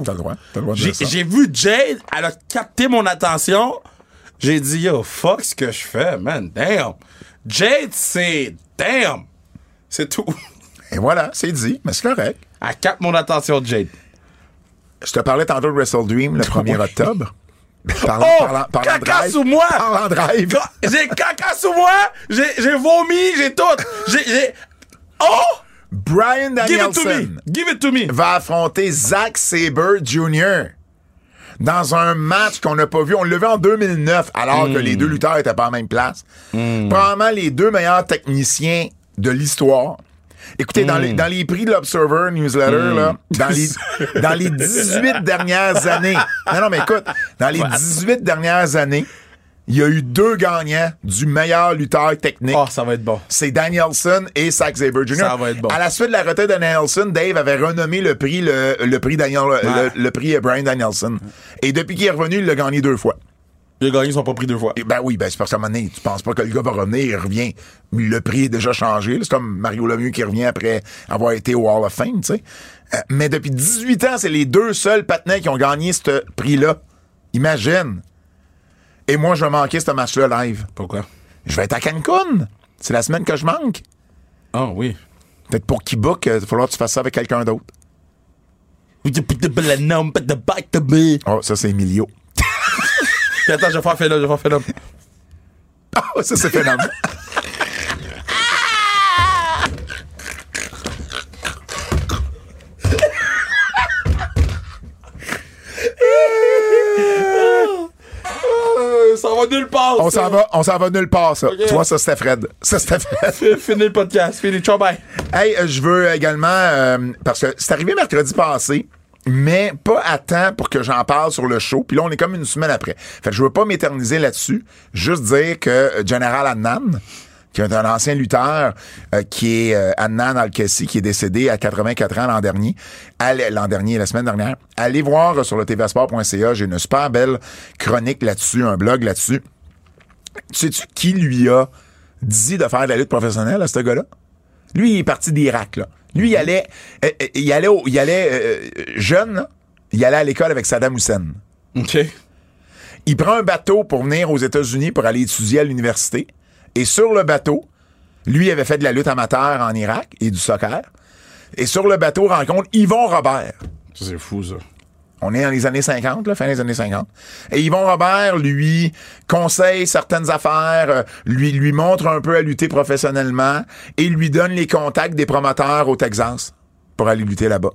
D: T'as le droit. T'as le droit de
E: J'ai
D: dire ça.
E: j'ai vu Jade, elle a capté mon attention. J'ai dit, yo, fuck ce que je fais, man. Damn. Jade, c'est damn. C'est tout. (laughs)
D: Et voilà, c'est dit, mais c'est correct.
E: Elle capte mon attention, Jade.
D: Je te parlais tantôt de Wrestle
E: (laughs)
D: Dream le 1er octobre. Parlant,
E: Oh!
D: parlant- parlant de
E: caca
D: drive.
E: sous moi!
D: Parlant de drive.
E: Ca- J'ai (laughs) caca sous moi, j'ai j'ai vomi, j'ai tout. J'ai. j'ai- Oh!
D: Brian
E: Give it to
D: Danielson
E: me! Give it to me!
D: va affronter Zack Sabre Jr. dans un match qu'on n'a pas vu. On l'a vu en 2009, alors que les deux lutteurs étaient pas en même place. Probablement les deux meilleurs techniciens de l'histoire. Écoutez, dans, les, dans les prix de l'Observer Newsletter, là, dans, les, dans les 18 dernières années, non, non, mais écoute, dans les 18 dernières années, il y a eu deux gagnants du meilleur lutteur technique.
E: Oh, ça va être bon.
D: C'est Danielson et Zack Sabre Jr.
E: Ça va être bon.
D: À la suite de la retraite de Danielson, Dave avait renommé le prix le, le prix Daniel le, le prix Brian Danielson. Et depuis qu'il est revenu, il l'a gagné deux fois.
E: Les gagnants sont pas pris deux fois.
D: Et ben oui, ben c'est parce qu'à un moment donné, tu penses pas que le gars va revenir, il revient. Le prix est déjà changé. là. C'est comme Mario Lemieux qui revient après avoir été au Hall of Fame, tu sais. Euh, Mais depuis 18 ans, c'est les deux seuls patinets qui ont gagné ce prix-là. Imagine. Et moi, je vais manquer ce match-là live.
E: Pourquoi?
D: Je vais être à Cancun. C'est la semaine que je manque.
E: Ah oui.
D: Peut-être pour qui book, il va falloir que tu fasses ça avec quelqu'un d'autre.
E: Puis
D: Oh, ça, c'est Emilio. (laughs)
E: attends, je vais faire phénomène, je vais faire phénomène.
D: Oh, ça, c'est phénoménal. (laughs)
E: Euh, Ça va nulle part.
D: On
E: ça.
D: s'en va, on s'en va nulle part, ça. Tu vois, ça, c'était Fred. Ça, c'était Fred.
E: Fini le podcast. Fini. Ciao, bye.
D: Hey, euh, je veux également, euh, parce que c'est arrivé mercredi passé, mais pas à temps pour que j'en parle sur le show. Puis là, on est comme une semaine après. Fait que je veux pas m'éterniser là-dessus. Juste dire que euh, General Adnan, qui est un ancien lutteur, euh, qui est euh, Adnan Al-Kessi, qui est décédé à 84 ans l'an dernier, allez- l'an dernier, la semaine dernière, allez voir euh, sur le tvsport.ca. J'ai une super belle chronique là-dessus, un blog là-dessus. Sais-tu qui lui a dit de faire de la lutte professionnelle à ce gars-là? Lui, il est parti d'Irak, là. Lui, il allait, euh, euh, il allait, au- il allait euh, euh, jeune, là. il allait à l'école avec Saddam Hussein.
E: OK.
D: Il prend un bateau pour venir aux États-Unis pour aller étudier à l'université. Et sur le bateau, lui avait fait de la lutte amateur en Irak et du soccer. Et sur le bateau, rencontre Yvon Robert.
E: C'est fou, ça.
D: On est dans les années 50, là, fin des années 50. Et Yvon Robert, lui, conseille certaines affaires, euh, lui, lui montre un peu à lutter professionnellement et lui donne les contacts des promoteurs au Texas pour aller lutter là-bas.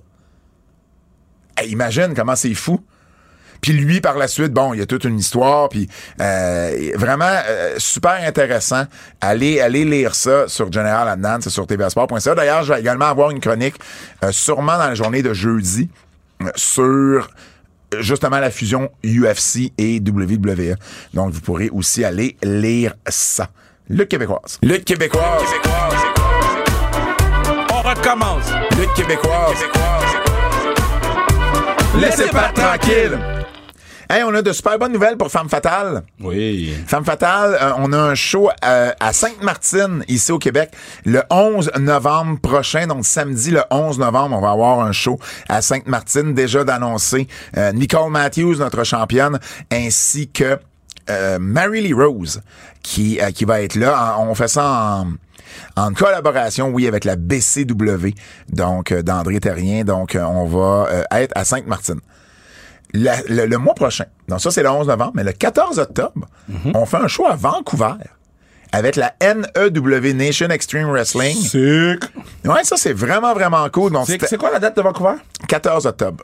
D: Hey, imagine comment c'est fou. Puis lui, par la suite, bon, il y a toute une histoire, puis euh, vraiment euh, super intéressant. Allez, allez lire ça sur General Adnan, c'est sur tvsport.ca. D'ailleurs, je vais également avoir une chronique, euh, sûrement dans la journée de jeudi, euh, sur euh, justement la fusion UFC et WWE. Donc, vous pourrez aussi aller lire ça. Lutte québécoise. Lutte québécoise.
E: On recommence.
D: Lutte québécoise. Laissez pas tranquille. Hey, on a de super bonnes nouvelles pour Femme Fatale.
E: Oui.
D: Femme Fatale, euh, on a un show euh, à Sainte-Martine, ici au Québec, le 11 novembre prochain. Donc, samedi, le 11 novembre, on va avoir un show à Sainte-Martine, déjà d'annoncer euh, Nicole Matthews, notre championne, ainsi que euh, Mary Lee Rose, qui, euh, qui va être là. En- on fait ça en... En collaboration, oui, avec la BCW, donc euh, d'André Terrien. Donc, euh, on va euh, être à Sainte-Martine. La- le, le mois prochain, donc ça c'est le 11 novembre, mais le 14 octobre,
E: Mhm.
D: on fait un show à Vancouver avec la NEW Nation Extreme Wrestling.
E: Sick.
D: Ouais, ça c'est vraiment, vraiment cool. Donc
E: C'est
D: c'était
E: c'est quoi la date de Vancouver?
D: 14 octobre.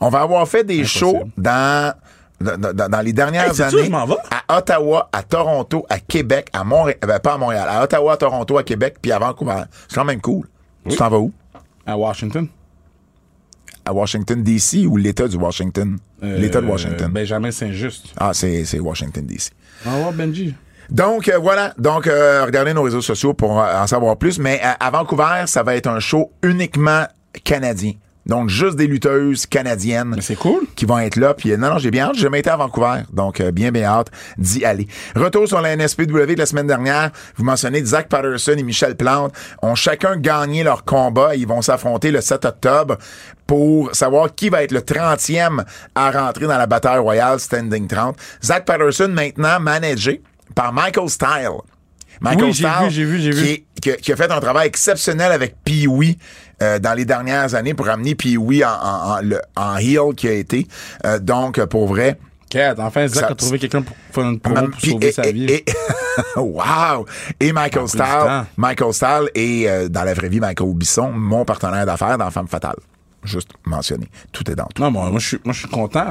D: On va avoir fait des shows dans, dans, dans- dans les dernières
E: Hey, sais-tu où
D: années.
E: je m'en vais?
D: À Ottawa, à Toronto, à Québec, à Montréal. Ben, pas à Montréal, à Ottawa, à Toronto, à Québec, puis à Vancouver. C'est quand même cool. Tu t'en vas où?
E: À Washington.
D: À Washington, D.C. ou l'État du Washington? L'État de
E: Euh,
D: Washington.
E: Benjamin Saint-Juste.
D: Ah, c'est c'est Washington, D.C.
E: Au revoir, Ah Benji.
D: Donc euh, voilà, donc euh, regardez nos réseaux sociaux pour euh, en savoir plus. Mais à, à Vancouver, ça va être un show uniquement canadien. Donc juste des lutteuses canadiennes
E: Mais c'est cool.
D: qui vont être là. Puis euh, non, non, j'ai bien hâte. J'ai jamais été à Vancouver. Donc, euh, bien, bien hâte d'y aller. Retour sur la NSPW de la semaine dernière. Vous mentionnez Zach Patterson et Michel Plante ont chacun gagné leur combat. Ils vont s'affronter le 7 octobre pour savoir qui va être le 30e à rentrer dans la bataille royale Standing 30. Zach Patterson, maintenant managé par Michael Style. Michael
E: Oui, j'ai
D: Style,
E: vu, j'ai vu, j'ai vu.
D: qui est- qui, a- qui a fait un travail exceptionnel avec Pee-Wee euh, dans les dernières années pour amener Pee-Wee en, en, en, le- en heel qui a été. Euh, donc, euh, pour vrai...
E: Cat, enfin, Zach
D: Ça-
E: a trouvé quelqu'un pour faire une promo
D: Mam-
E: pour
D: puis-
E: sauver
D: et-
E: sa
D: et-
E: vie.
D: et- (laughs) wow! Et Michael
E: pris du temps.
D: Stahl, Michael Stahl et euh, dans la vraie vie, Michael Bisson, mon partenaire d'affaires dans Femme Fatale. Juste mentionné. Tout est dans tout.
E: Non, bon, moi, je suis, moi, je suis content.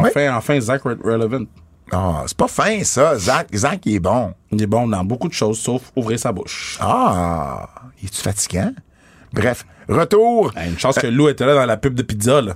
E: Enfin, enfin, Zach Re- Relevant.
D: Ah, c'est pas fin, ça. Zach, Zach, il est bon.
E: Il est bon dans beaucoup de choses, sauf ouvrir sa bouche.
D: Ah! est tu fatigant? Bref, retour.
E: Ah,
D: (laughs)
E: Hey, une chance que Lou était là dans la pub de pizza, là.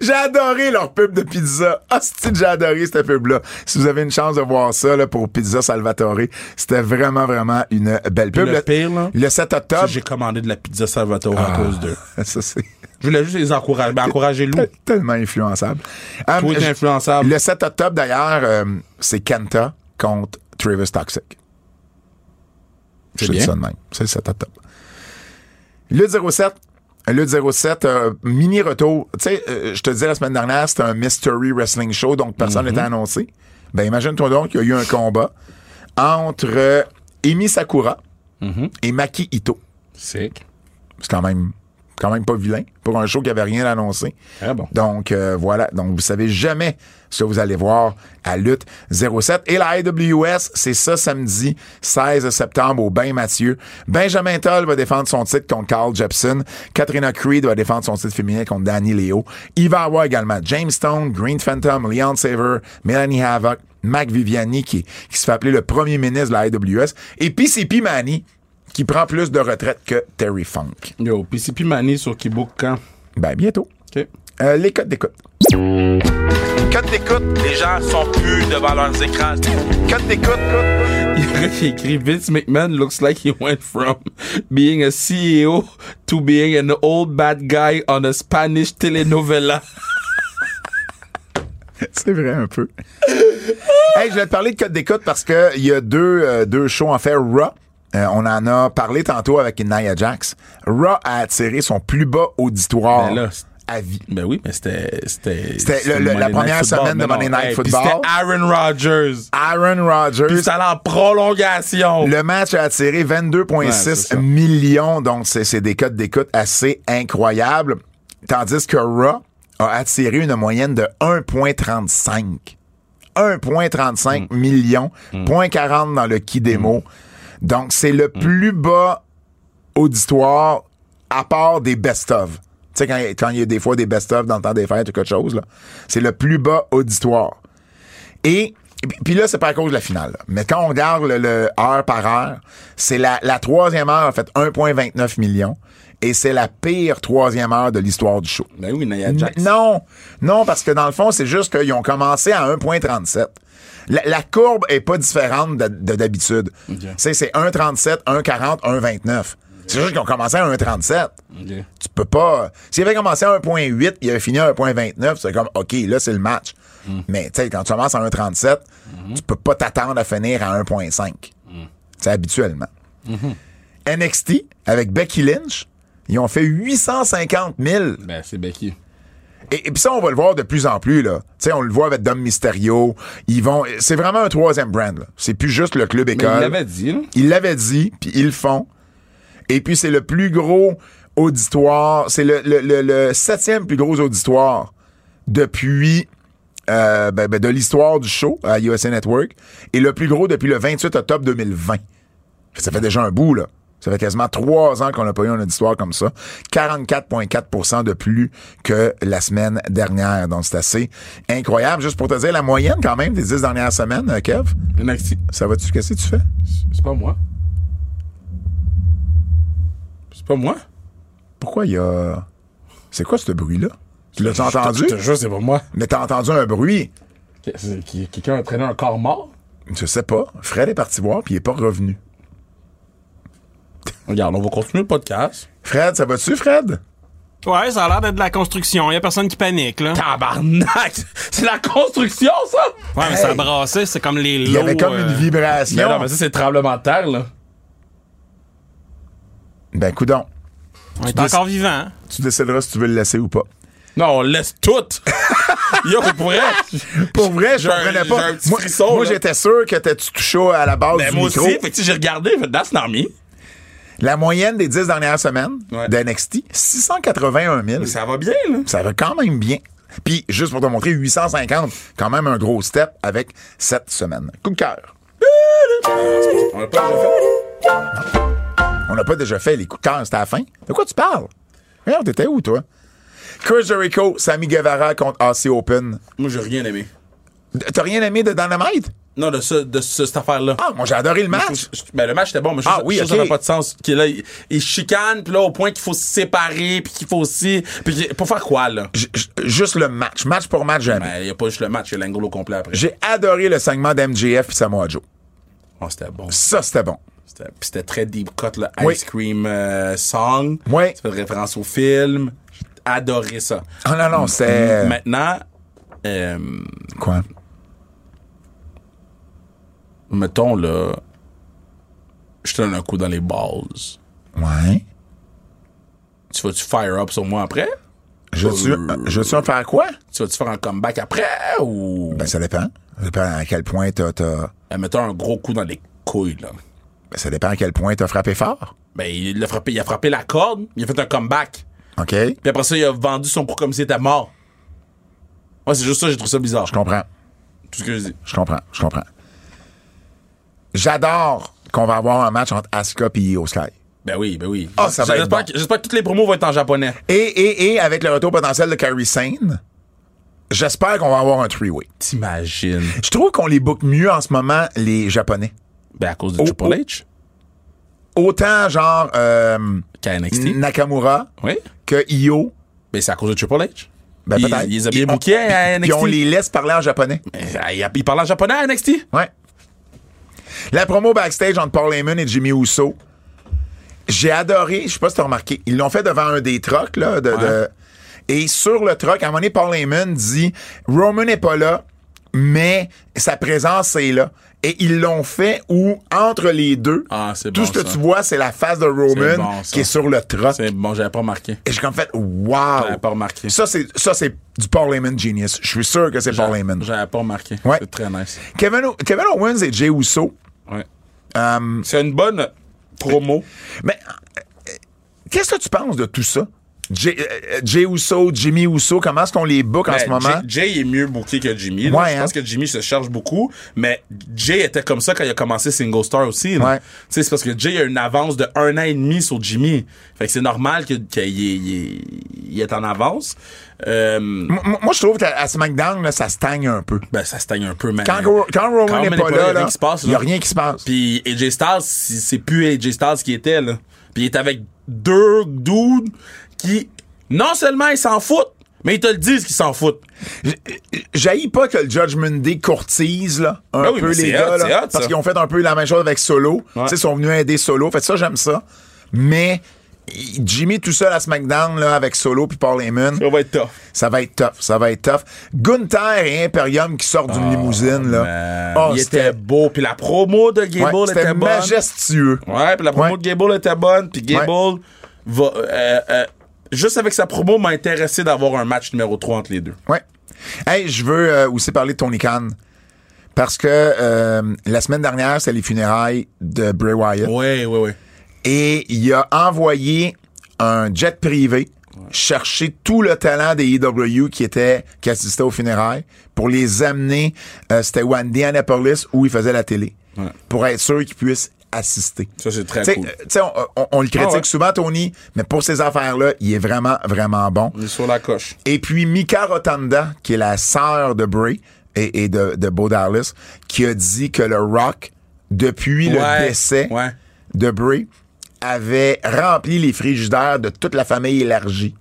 D: J'ai adoré leur pub de pizza. Hostie, j'ai adoré cette pub-là. Si vous avez une chance de voir ça là, pour Pizza Salvatore, c'était vraiment, vraiment une belle pub.
E: le pire, là,
D: le 7
E: Ça,
D: octobre.
E: J'ai commandé de la pizza Salvatore
D: Ah.
E: à cause d'eux.
D: (laughs) Ça, c'est
E: Je voulais juste les encourager. Ben,
D: (laughs)
E: encouragez-nous.
D: tel- tellement influençable. Hum,
E: Tout est
D: je-
E: influençable.
D: Le 7 octobre, d'ailleurs, euh, c'est Kenta contre Travis Toxic.
E: C'est
D: Je dis
E: bien.
D: ça de même. C'est le 7 octobre. Le 07. Le 07, euh, mini retour. Tu sais, euh, je te disais la semaine dernière, c'était un mystery wrestling show, donc personne
E: Mm-hmm.
D: n'était annoncé. Ben, imagine-toi donc qu'il y a eu un combat entre euh, Emi Sakura
E: Mm-hmm.
D: et Maki Ito.
E: Sick.
D: C'est quand même, quand même pas vilain pour un show qui avait rien annoncé.
E: Très Ah bon.
D: Donc euh, voilà, donc vous savez jamais ce que vous allez voir à Lutte 07 et la AWS, c'est ça samedi 16 septembre au Bain Mathieu. Benjamin Toll va défendre son titre contre Carl Jepson, Katrina Creed va défendre son titre féminin contre Danny Leo. Il va y avoir également James Stone, Green Phantom, Leon Saver, Melanie Havoc, Mac Viviani qui, qui se fait appeler le premier ministre de la AWS et PCP Manny qui prend plus de retraite que Terry Funk.
E: Yo, PCP Mani sur Keybook quand?
D: Ben bientôt.
E: OK.
D: Euh, les codes d'écoute.
E: Code d'écoute, les gens sont plus devant leurs écrans. Code d'écoute, il y a qui écrit Vince McMahon looks like he went from being a CEO to being an old bad guy on a Spanish telenovela.
D: C'est vrai un peu. (laughs) hey, je vais te parler de code d'écoute parce que il y a deux, euh, deux shows en fait Raw. euh, on en a parlé tantôt avec Nia Jax. Raw a attiré son plus bas auditoire
E: Ben là,
D: à vie.
E: (laughs) ben oui, mais c'était c'était
D: C'était le- le- la
E: Monday
D: première
E: Night Football,
D: semaine de
E: mais non.
D: Monday Night
E: Hey,
D: Football.
E: puis C'était Aaron Rodgers.
D: Aaron
E: Puis
D: Rodgers.
E: c'était allé en prolongation.
D: Le match a attiré
E: Ouais,
D: 22,6
E: c'est ça.
D: millions, donc c'est c'est des codes d'écoute assez incroyables. Tandis que Raw a attiré une moyenne de 1,35.
E: Mm.
D: 1,35 millions, 0,40 dans le qui démo.
E: Mm.
D: Donc c'est le plus bas auditoire à part des best-of. Tu sais, quand il y a- quand il y a des fois des best-of dans le temps des fêtes ou quelque chose, là, c'est le plus bas auditoire. Et puis- puis là, c'est pas à cause de la finale. là. Mais quand on regarde le, le heure par heure, c'est la, la troisième heure a fait 1,29 million. Et c'est la pire troisième heure de l'histoire du show.
E: Ben oui, Nia Jax.
D: N- Non, non, parce que dans le fond, c'est juste qu'ils ont commencé à 1,37. La, la courbe est pas différente de de d'habitude. C'est c'est 1,37, 1,40, 1,29. C'est juste qu'ils ont commencé à 1,37.
E: Ok.
D: Tu peux pas. S'il avait commencé à 1,8, il avait fini à 1,29, c'est comme, OK, là, c'est le match.
E: Mm.
D: Mais, tu sais, quand tu commences à 1,37,
E: Mm-hmm.
D: tu peux pas t'attendre à finir à 1,5.
E: Mm.
D: C'est habituellement.
E: Mm-hmm.
D: NXT, avec Becky Lynch, ils ont fait 850 000.
E: Ben c'est Becky.
D: Et, et puis ça, on va le voir de plus en plus, là. Tu sais, on le voit avec Dom Mysterio. Ils vont. C'est vraiment un troisième brand, là. C'est plus juste le club
E: Mais Ben, il
D: école.
E: l'avait dit, hein. là.
D: Ils l'avaient dit, puis ils le font. Et puis c'est le plus gros auditoire, c'est le, le- le- le septième plus gros auditoire depuis euh, ben, ben, de l'histoire du show à USA Network et le plus gros depuis le 28 octobre 2020. Ça fait déjà un bout, là. Ça fait quasiment trois ans qu'on n'a pas eu un auditoire comme ça. 44,4 de plus que la semaine dernière. Donc, c'est assez incroyable. Juste pour te dire, la moyenne quand même des dix dernières semaines, euh, Kev,
E: NXT.
D: ça va-tu? Qu'est-ce que tu fais?
E: C'est pas moi. C'est pas moi.
D: Pourquoi il y a. C'est quoi ce bruit-là? Tu l'as entendu?
E: Je te jure, c'est pas moi.
D: Mais t'as entendu un bruit?
E: Que- c'est- qui- Quelqu'un a traîné un corps mort?
D: Je sais pas. Fred est parti voir puis il est pas revenu.
E: Regarde, on va continuer le podcast.
D: Fred, ça va-tu, Fred?
C: Ouais, ça a l'air d'être de la construction. Y a personne qui panique, là.
E: Tabarnak! (laughs) C'est la construction, ça!
C: Ouais, mais ça a brassé, c'est comme les lots.
D: Il y avait comme
C: euh,
D: une vibration.
E: Mais non, mais ça, c'est le tremblement de terre, là.
D: Ben, coudon.
C: On est encore vivant. hein.
D: Tu décideras si tu veux le laisser ou pas.
E: Non, on laisse tout! (laughs) Yo, pour (laughs) vrai!
D: Pour vrai, je
E: J'ai un-
D: comprenais
E: j'ai
D: pas.
E: un petit
D: moi,
E: frisson,
D: moi,
E: là.
D: j'étais sûr que t'as-tu touché à la base
E: Mais
D: du
E: Ben, moi
D: micro.
E: aussi, fait que tu sais, j'ai regardé, fait that's not me.
D: La moyenne des dix dernières semaines
E: Ouais.
D: d'NXT, 681 000.
E: Ça va bien, là.
D: Ça va quand même bien. Puis, juste pour te montrer, 850, quand même un gros step avec cette semaine. Coup de cœur.
E: On l'a pas déjà fait.
D: On n'a pas déjà fait les coups de cœur, c'était à la fin. De quoi tu parles? Regarde, t'étais où, toi? Chris Jericho, Sammy Guevara contre AC Open.
E: Moi, j'ai rien aimé.
D: T'as rien aimé de Dynamite?
E: Non, de, ce, de ce- cette affaire-là.
D: Ah, moi, j'ai adoré le
E: Je
D: match.
E: trouve- je- ben, le match était bon, mais je
D: Ah
E: trouve-
D: oui,
E: je trouve
D: ok.
E: ça n'a pas de sens. Qu'il là, il, il chicane, puis là, au point qu'il faut se séparer, puis qu'il faut aussi. Puis qu'il- pour faire quoi, là? Ben,
D: J- j- Juste le match. Match pour match,
E: Il
D: jamais.
E: n'y a pas juste le match, il y a l'angle au complet après.
D: J'ai adoré le segment d'MJF et Samoa Joe.
E: Oh, c'était bon.
D: Ça, c'était bon.
E: C'était- Puis c'était très deep cut, le
D: Oui.
E: Ice Cream euh, Song.
D: Oui.
E: Ça fait référence au film. J'ai adoré ça.
D: Ah non, non, c'est...
E: Maintenant, euh,
D: Quoi?
E: mettons, là, je te donne un coup dans les balls.
D: Ouais.
E: Tu vas-tu fire up sur moi après?
D: Je suis, je suis un faire quoi?
E: Tu vas-tu faire un comeback après? Ou.
D: Ben, ça dépend. Ça dépend à quel point t'as... t'as-
E: Euh, mettons un gros coup dans les couilles, là.
D: Ben, ça dépend à quel point t'as frappé fort.
E: Ben, il a frappé, il a frappé la corde, il a fait un comeback.
D: OK? Je
E: Puis après ça, il a vendu son coup comme s'il était mort. Moi, c'est juste ça, j'ai trouvé ça bizarre.
D: comprends.
E: Tout ce que je dis.
D: Je comprends. Je comprends. J'adore qu'on va avoir un match entre Asuka et Io Sky.
E: Ben oui, ben oui.
D: Ah, ça va être
E: J'espère
D: bon.
E: que- J'espère que toutes les promos vont être en japonais.
D: Et, et, et avec le retour potentiel de Carrie Sane, j'espère qu'on va avoir un three-way.
E: T'imagines.
D: Je trouve qu'on les book mieux en ce moment, les Japonais.
E: Ben, à cause de
D: Oh,
E: Triple
D: oh.
E: H.
D: Autant genre euh,
E: Qu'à NXT.
D: Nakamura
E: Oui.
D: que Io.
E: Ben, c'est à cause de Triple H.
D: Ben,
E: Ils-
D: peut-être.
E: Ils les ont bien hein,
D: Ils- on-
E: bookés à
D: Puis
E: NXT.
D: on les laisse parler en japonais.
E: Euh, Ils ils parlent en japonais à NXT.
D: Ouais. La promo backstage entre Paul Heyman et Jimmy Uso. J'ai adoré, je sais pas si t'as remarqué, ils l'ont fait devant un des trucks, là, de, de- et sur le truck, à un moment donné, Paul Heyman dit Roman n'est pas là, mais sa présence est là. Et ils l'ont fait où, entre les deux,
E: Ah, c'est
D: tout
E: bon,
D: ce que
E: ça.
D: tu vois, c'est la face de Roman
E: C'est bon, ça.
D: qui est sur le truck.
E: C'est bon, j'avais pas remarqué.
D: Et j'ai comme fait, wow!
E: J'avais pas remarqué.
D: Ça, c'est, ça, c'est du Paul Heyman genius. Je suis sûr que c'est Paul Heyman.
E: J'avais pas remarqué.
D: Ouais.
E: C'est très nice.
D: Kevin, O- Kevin Owens et Jey Uso,
E: Ouais.
D: euh,
E: C'est une bonne promo.
D: Mais euh, euh, qu'est-ce que tu penses de tout ça? Jay, euh, Jay Uso, Jimmy Uso, comment est-ce qu'on les book en
E: Ben,
D: ce moment?
E: Jay, Jay est mieux booké que Jimmy. là.
D: Ouais,
E: je pense
D: hein.
E: que Jimmy se charge beaucoup, mais Jay était comme ça quand il a commencé Single Star aussi. là.
D: Ouais.
E: Tu sais, C'est parce que Jay a une avance de un an et demi sur Jimmy. Fait que c'est normal que- qu'il est- il est, il est en avance. Euh,
D: M- m- moi, je trouve qu'à à SmackDown, là, ça stagne un peu.
E: ben, ça se taigne un peu, mais...
D: Quand, Ro- quand Roman n'est pas là,
E: il y a rien qui se passe.
D: il n'y a
E: là.
D: rien qui se passe.
E: Puis AJ Styles, c'est c'est plus AJ Styles qui était, là. Puis il est avec deux dudes qui, non seulement ils s'en foutent, mais ils te le disent qu'ils s'en foutent.
D: J'haïs pas que le Judgment Day courtise là, un
E: Ben oui,
D: peu
E: mais
D: les
E: c'est
D: gars, là,
E: hot, c'est hot, ça.
D: parce qu'ils ont fait un peu la même chose avec Solo.
E: Ouais.
D: Tu sais, Ils sont venus aider Solo. Fait que ça, j'aime ça. Mais y- Jimmy tout seul à SmackDown là, avec Solo puis Paul Heyman,
E: Ça va être tough.
D: ça va être tough. Ça va être tough. Gunther et Imperium qui sortent d'une limousine. là.
E: Euh,
D: Oh,
E: Oh, il était beau. Puis la promo de Gable
D: Ouais,
E: était
D: C'était
E: bonne.
D: majestueux.
E: Ouais, puis la promo
D: Ouais.
E: de Gable était bonne. Puis Gable
D: Ouais.
E: va. euh, euh, juste avec sa promo, m'a intéressé d'avoir un match numéro 3 entre les deux.
D: Ouais. Hey, je veux euh, aussi parler de Tony Khan. Parce que euh, la semaine dernière, c'était les funérailles de Bray Wyatt.
E: Ouais, ouais, ouais.
D: Et il a envoyé un jet privé chercher tout le talent des EW qui était qui assistait aux funérailles pour les amener euh, c'était où à Indianapolis où il faisait la télé pour être sûr qu'ils puissent assister.
E: Ça, c'est très
D: T'sais,
E: cool.
D: euh, t'sais, on, on- on le critique
E: Ah ouais.
D: souvent Tony, mais pour ces affaires-là, il est vraiment vraiment bon.
E: Il est sur la coche.
D: Et puis Mika Rotanda, qui est la sœur de Bray et, et de, de Bo Dallas, qui a dit que le Rock, depuis le
E: Ouais,
D: décès
E: ouais.
D: de Bray, avait rempli les frigidaires de toute la famille élargie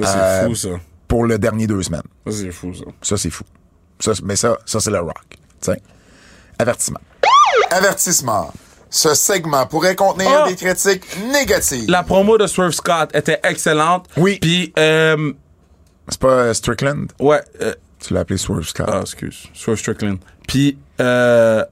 E: Ça, c'est
D: Euh,
E: fou, ça.
D: pour le dernier deux semaines.
E: Ça, c'est fou, ça.
D: Ça, c'est fou. Ça, c'est- mais ça, ça c'est le Rock. T'sais. Avertissement. Avertissement. Ce segment pourrait contenir
E: Ah!
D: des critiques négatives.
E: La promo de Swerve Scott était excellente.
D: Oui.
E: Puis, euh,
D: C'est pas euh, Strickland?
E: ouais. euh,
D: Tu l'as appelé Swerve Scott.
E: Ah, excuse. Swerve Strickland. Puis, euh,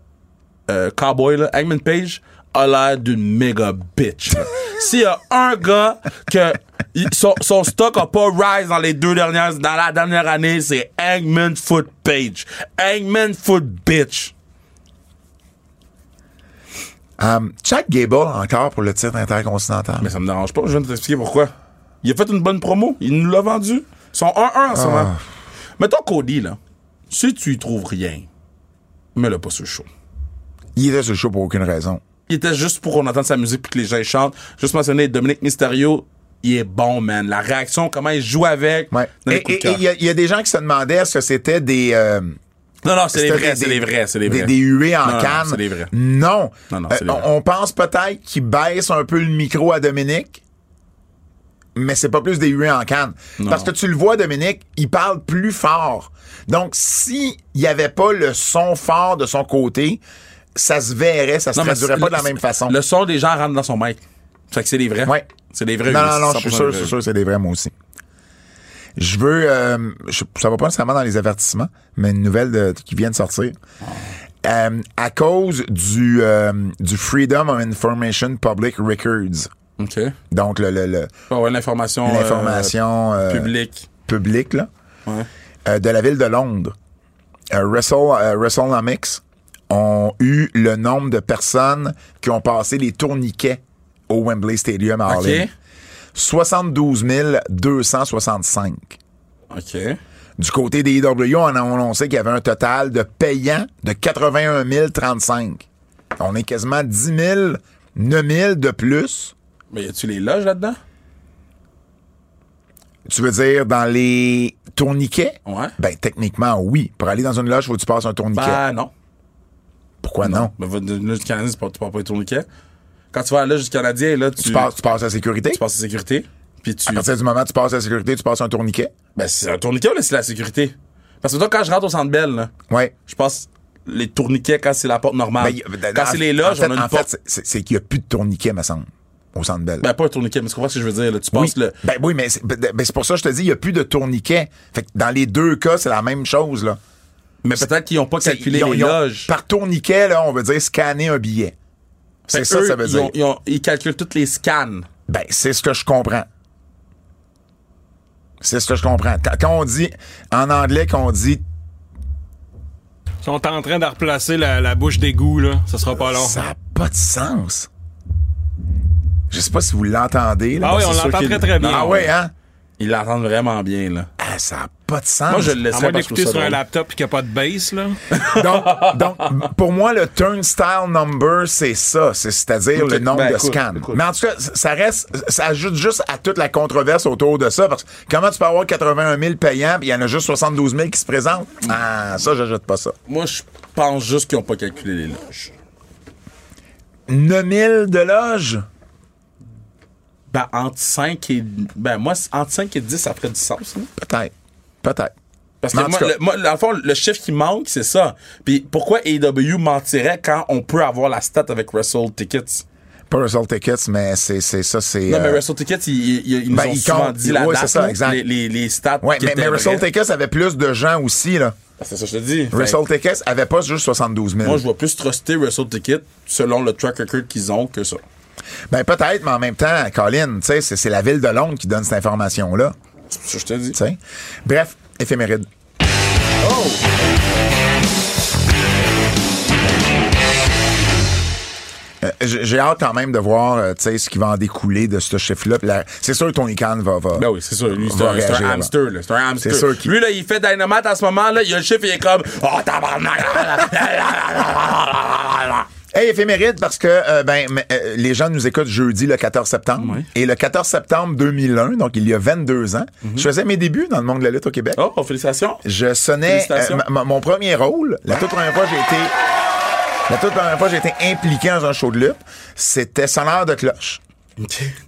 E: euh, Cowboy, là, Eggman Page, a l'air d'une méga bitch. là. S'il y a un gars que il- son, son stock a pas rise dans les deux dernières, dans la dernière année, c'est Eggman Foot Page. Eggman Foot Bitch. Ah.
D: Um, Chuck Gable encore pour le titre intercontinental.
E: Mais ça me dérange pas, je viens de t'expliquer pourquoi. Il a fait une bonne promo, il nous l'a vendu. Ils sont 1-1 en ce moment. Mettons Cody, là. Si tu y trouves rien, mets-le pas sur le show.
D: Il était sur le show pour aucune raison.
E: il était juste pour qu'on entende sa musique puis que les gens ils chantent. Juste mentionner Dominique Mysterio, il est bon, man. La réaction, comment il joue avec.
D: Ouais.
E: donne
D: Et
E: un coup de
D: et- et
E: cœur.
D: il y, a- il y a des gens qui se demandaient est-ce que c'était des, euh,
E: Non, non, c'est les
D: C'était
E: vrais,
D: des-
E: c'est les vrais, c'est les vrais.
D: Des, des huées en
E: Non, non,
D: canne.
E: c'est les vrais.
D: Non.
E: Non, non,
D: Euh,
E: c'est les vrais.
D: on, on pense peut-être qu'il baisse un peu le micro à Dominique, mais c'est pas plus des huées en canne. Parce que tu le vois, Dominique, il parle plus fort. Donc, s'il n'y avait pas le son fort de son côté, ça se verrait, ça se traduirait
E: c'est-
D: pas de la
E: le-
D: même façon.
E: Le son des gens rentre dans son mic. Fait que c'est les vrais.
D: Ouais.
E: C'est les vrais.
D: Non,
E: oui,
D: non, non, je suis
E: 100%
D: sûr,
E: les
D: je suis
E: vrais.
D: sûr, c'est des vrais, moi aussi. Je veux, euh, je- ça va pas nécessairement dans les avertissements, mais une nouvelle de- qui vient de sortir.
E: Ah.
D: Euh, à cause du, euh, du Freedom of Information Public Records,
E: OK.
D: donc le, le- le-
E: Ah ouais, l'information. euh,
D: l'information euh,
E: publique.
D: publique là,
E: Ouais.
D: euh, de la ville de Londres, euh, Wrestle, euh, WrestleNomics ont eu le nombre de personnes qui ont passé les tourniquets au Wembley Stadium à
E: OK.
D: Harlem. 72 265.
E: OK.
D: Du côté des IW, on a annoncé qu'il y avait un total de payants de 81 035. On est quasiment 10 000, 9 000 de plus.
E: Mais y a-tu les loges là-dedans?
D: Tu veux dire dans les tourniquets?
E: Ouais.
D: Ben, techniquement, oui. Pour aller dans une loge, faut que tu passes un tourniquet.
E: Ben, non.
D: Pourquoi non?
E: Ben, va- une loge du Canadien, c'est pas- tu pars pas les tourniquets. Quand tu vas à la loge du Canadien, là, tu,
D: Tu passes, Ah, tu passes la sécurité.
E: tu passes la sécurité. Puis tu.
D: À partir du moment où tu passes la sécurité, tu passes un tourniquet.
E: Ben, c'est un tourniquet ou là, c'est la sécurité? Parce que toi, quand je rentre au centre Bell, là,
D: Ouais.
E: je passe les tourniquets quand c'est la porte normale.
D: Ben, y- ben,
E: Ah, quand
D: en-
E: c'est les loges,
D: en fait,
E: on a une
D: en fait,
E: porte.
D: c'est- c'est c'est qu'il n'y a plus de tourniquet, me semble, au centre Bell.
E: Ben, pas un tourniquet, mais tu comprends ce que je veux dire, là. Tu
D: Oui.
E: passes le.
D: Ben oui, mais c'est ben, ben, c'est pour ça que je te dis, il n'y a plus de tourniquet. Fait que dans les deux cas, c'est la même chose. Là.
E: Mais peut-être qu'ils ont pas calculé
D: Ils ont-
E: les
D: ils ont-
E: loges.
D: Par tourniquet, là, on veut dire scanner un billet. C'est
E: Fait que
D: ça
E: eux,
D: ça veut
E: ils
D: dire.
E: ont- ils, ont- ils calculent tous les scans.
D: Ben, c'est ce que je comprends. C'est ce que je comprends. Quand, quand on dit, en anglais, qu'on dit,
C: Ils sont en train de replacer la, la bouche d'égout, là. Ça sera pas long.
D: ça n'a pas de sens. Je sais pas si vous l'entendez. là.
C: Ah oui, on
E: c'est sûr
C: l'entend
E: qu'il-
C: très très bien.
D: Ah ouais, hein?
E: Ils l'entendent vraiment bien, là.
D: Ah, ça n'a pas de sens.
E: Moi, je le
C: À
E: laisserais parce
C: moins
E: que
C: d'écouter
E: je trouve
C: sur
E: ça
C: un
E: drôle.
C: laptop pis qu'il n'y a pas de bass, là.
D: donc, donc, pour moi, le turnstile number, c'est ça. C'est- C'est-à-dire
E: Ok,
D: le nombre
E: ben,
D: de
E: écoute,
D: scans.
E: écoute.
D: Mais en tout cas, ça reste, ça ajoute juste à toute la controverse autour de ça. Parce que comment tu peux avoir 81 000 payants puis il y en a juste 72 000 qui se présentent? Ah, ça, j'ajoute pas ça.
E: Moi, je pense juste qu'ils ont pas calculé les loges.
D: 9 000 de loge?
E: Ben, entre 5 et. Ben, moi, c'est- entre 5 et 10, ça ferait du sens, hein? là.
D: Peut-être. Peut-être.
E: Parce
D: Mais
E: que
D: en
E: moi,
D: tout cas-
E: le, moi, dans le fond, le chiffre qui manque, c'est ça. Puis pourquoi AEW mentirait quand on peut avoir la stat avec Wrestle Tickets?
D: Pas Wrestle Tickets, mais c'est c'est ça, c'est.
E: Non, mais
D: euh,
E: Wrestle Tickets, ils, ils- ils nous
D: ben,
E: ont
D: ils
E: souvent
D: comptent.
E: dit la
D: Ouais,
E: date,
D: c'est ça,
E: là,
D: exact.
E: Les, les, les stats
D: Ouais,
E: qui
D: mais,
E: étaient
D: mais Wrestle
E: vraies.
D: Tickets avait plus de gens aussi, là.
E: Ben, C'est ça, que je te dis. Fait
D: Wrestle Tickets avait pas juste 72 000.
E: que moi, je vois plus truster Wrestle Tickets selon le track record qu'ils ont que ça.
D: Ben peut-être, mais en même temps, Colin, tu sais, c'est c'est la ville de Londres qui donne cette information-là.
E: C'est ça que je te dis.
D: tu sais. Bref, éphéméride. Euh, J'ai j'ai hâte quand même de voir euh, tu sais, ce qui va en découler de ce chiffre-là. Puis la- C'est sûr que Tony Khan va. va-
E: Ben oui, c'est sûr. Lui, c'est
D: va
E: un, c'est un
D: réagir, là.
E: hamster, là. C'est un hamster.
D: C'est sûr qu'il-
E: Lui, là, il fait Dynamite à ce moment, là. Il a le chiffre, il est comme. Oh, tabarnak!
D: (laughs) Hey, éphéméride, parce que euh, ben, mais, euh, les gens nous écoutent jeudi le 14 septembre. Et le 14 septembre 2001, donc il y a 22 ans,
E: Mm-hmm.
D: je faisais mes débuts dans le monde de la lutte au Québec.
E: oh, félicitations.
D: Je sonnais euh,
E: Félicitations.
D: ma- ma- mon premier rôle. La toute première fois, j'ai été. La toute première fois, j'ai été impliqué dans un show de lutte. C'était sonneur de cloche.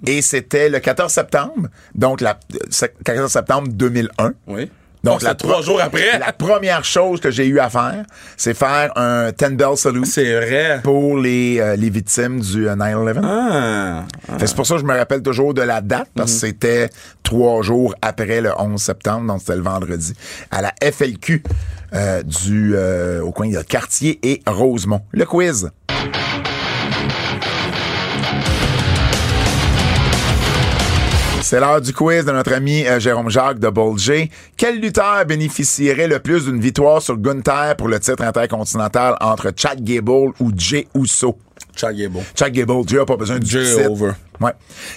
D: Et c'était le 14 septembre, donc la euh, sec- 14 septembre 2001.
E: Oui.
D: Donc,
E: Donc,
D: la
E: c'est trois
D: pro-
E: jours après.
D: La première chose que j'ai eu à faire, c'est faire un 10 bell salute
E: C'est vrai.
D: pour les, euh, les victimes du euh, 9-11.
E: Ah.
D: Fait que C'est pour ça que je me rappelle toujours de la date, parce que c'était trois jours après le 11 septembre, donc c'était le vendredi, à la FLQ euh, du, euh, au coin de Cartier et Rosemont. Le quiz. C'est l'heure du quiz de notre ami euh, Jérôme Jacques de Bolger. Quel lutteur bénéficierait le plus d'une victoire sur Gunther pour le titre intercontinental entre Chad Gable ou Jay Uso?
E: Chuck est bon.
D: Chuck Gable, Dieu a pas besoin du
E: Dieu
D: titre.
E: est over.
D: Ouais.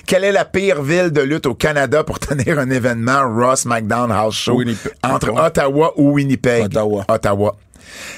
D: Quelle est la pire ville de lutte au Canada pour (laughs) tenir un événement Ross McDown House Show
E: Winnipeg.
D: entre
E: Ouais.
D: Ottawa ou Winnipeg?
E: Ottawa.
D: Ottawa.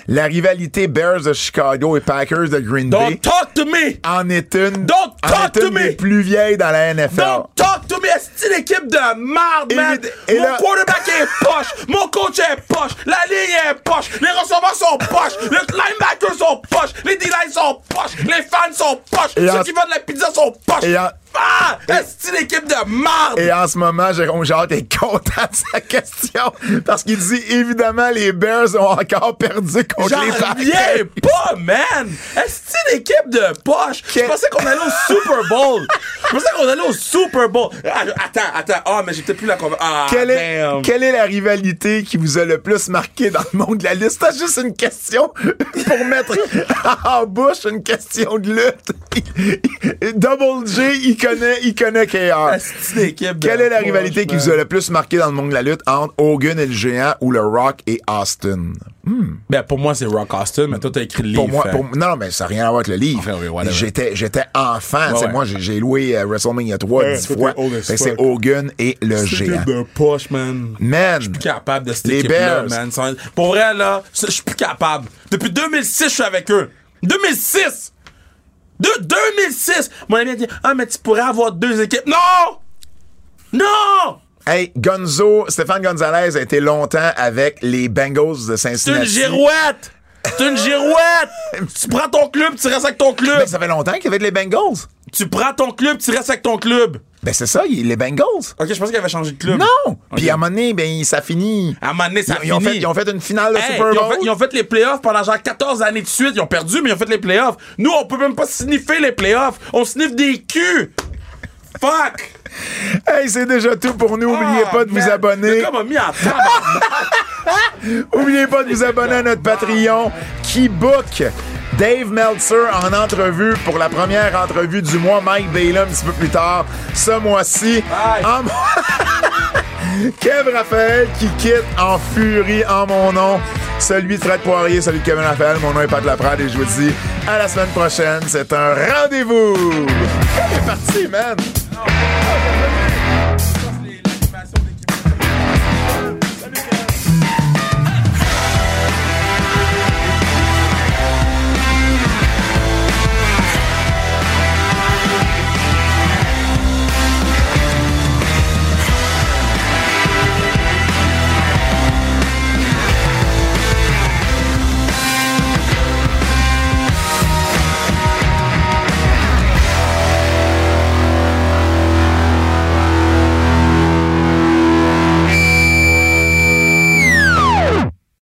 D: La rivalité Bears de Chicago et Packers de Green
E: Don't
D: Bay
E: talk to me!
D: en est une,
E: Don't
D: en
E: talk
D: est
E: to
D: une
E: me!
D: des plus vieilles dans la NFL.
E: Don't talk to me! C'est une équipe de marde,
D: Et-
E: man!
D: et
E: Mon
D: là-
E: quarterback est poche! Mon coach est poche! La ligne est poche! Les receveurs sont poches! Les linebackers sont poches! Les D-lines sont poches! Les fans sont poches!
D: Et
E: Ceux
D: en-
E: qui vendent la pizza sont poches!
D: Et en-
E: Ah! C'est une équipe de marde!
D: Et en ce moment, Jérôme Jard est (laughs) content de sa question parce qu'il dit évidemment les Bears ont encore perdu contre
E: J'en
D: les
E: reviens
D: Packers.
E: pas, man! Est-ce une équipe de poche? Je pensais qu'on allait au Super Bowl! Je pensais qu'on allait au Super Bowl! Ah, Attends, attends, ah, mais j'ai peut-être plus la conversation. Ah,
D: Quelle est,
E: damn.
D: quelle est la rivalité qui vous a le plus marqué dans le monde de la liste? C'est juste une question (laughs) pour mettre (laughs) en bouche une question de lutte. (laughs) Double J, il connaît, il connaît KR.
E: Est-ce une équipe de
D: Quelle est la
E: poche,
D: rivalité qui
E: man?
D: vous a le plus marqué dans le monde de la lutte entre Hogan et le géant ou le Rock et Austin? Hmm,
E: Ben, pour moi, c'est Rock Austin, mais toi, t'as écrit le livre.
D: pour moi,
E: fait.
D: pour- non, non, mais ça n'a rien à voir avec le livre.
E: Enfin, hein. Ah, oui, whatever.
D: j'étais, j'étais enfant. tu sais,
E: ouais.
D: Moi, j'ai, j'ai loué euh, WrestleMania 3
E: Ouais,
D: 10
E: toi,
D: fois.
E: t'es old as
D: Fait que c'est
E: fuck.
D: Hogan et le
E: C'est une
D: géant.
E: équipe de poche, man.
D: Man!
E: capable de cette
D: Les
E: équipe-là,
D: Bears.
E: man. Sans- Pour vrai, là, je je suis plus capable. Depuis 2006, je suis avec eux. 2006! De 2006! Mon ami a dit, ah, mais tu pourrais avoir deux équipes. Non! Non!
D: Hey, Gonzo, Stéphane Gonzalez a été longtemps avec les Bengals de
E: C'est une
D: Cincinnati.
E: girouette! C'est
D: (laughs)
E: une girouette! tu prends ton club, tu restes avec ton club.
D: Ben, ça fait longtemps qu'il y avait les Bengals.
E: Tu prends ton club, tu restes avec ton club.
D: Ben, c'est ça, il- les Bengals.
E: Ok, je pense qu'il avait changé de club.
D: Non!
E: Ah. Ok.
D: Puis à un moment donné, ben, ça finit.
E: À un moment donné, ça
D: ils, ont
E: finit.
D: fait, ils ont fait une finale de
E: Hey,
D: Super
E: ils, ont
D: Bowl.
E: fait, ils ont fait les playoffs pendant genre 14 années de suite. Ils ont perdu, mais ils ont fait les playoffs. Nous, on peut même pas sniffer les playoffs. On sniffe des culs. Fuck!
D: Hey, c'est déjà tout pour nous. N'oubliez
E: Ah,
D: pas de
E: man.
D: vous abonner.
E: Le gars m'a mis en tabarnak.
D: Oubliez pas de vous abonner à notre Patreon qui book Dave Meltzer en entrevue pour la première entrevue du mois. Mike Baylum un petit peu plus tard ce mois-ci.
E: Aïe.
D: En mon- (laughs) Kev Raphaël qui quitte en furie en mon nom. Celui de Fred Poirier, celui de Kevin Raphaël. Mon nom est Pat Laprade et je vous dis à la semaine prochaine. C'est un rendez-vous. C'est parti, man.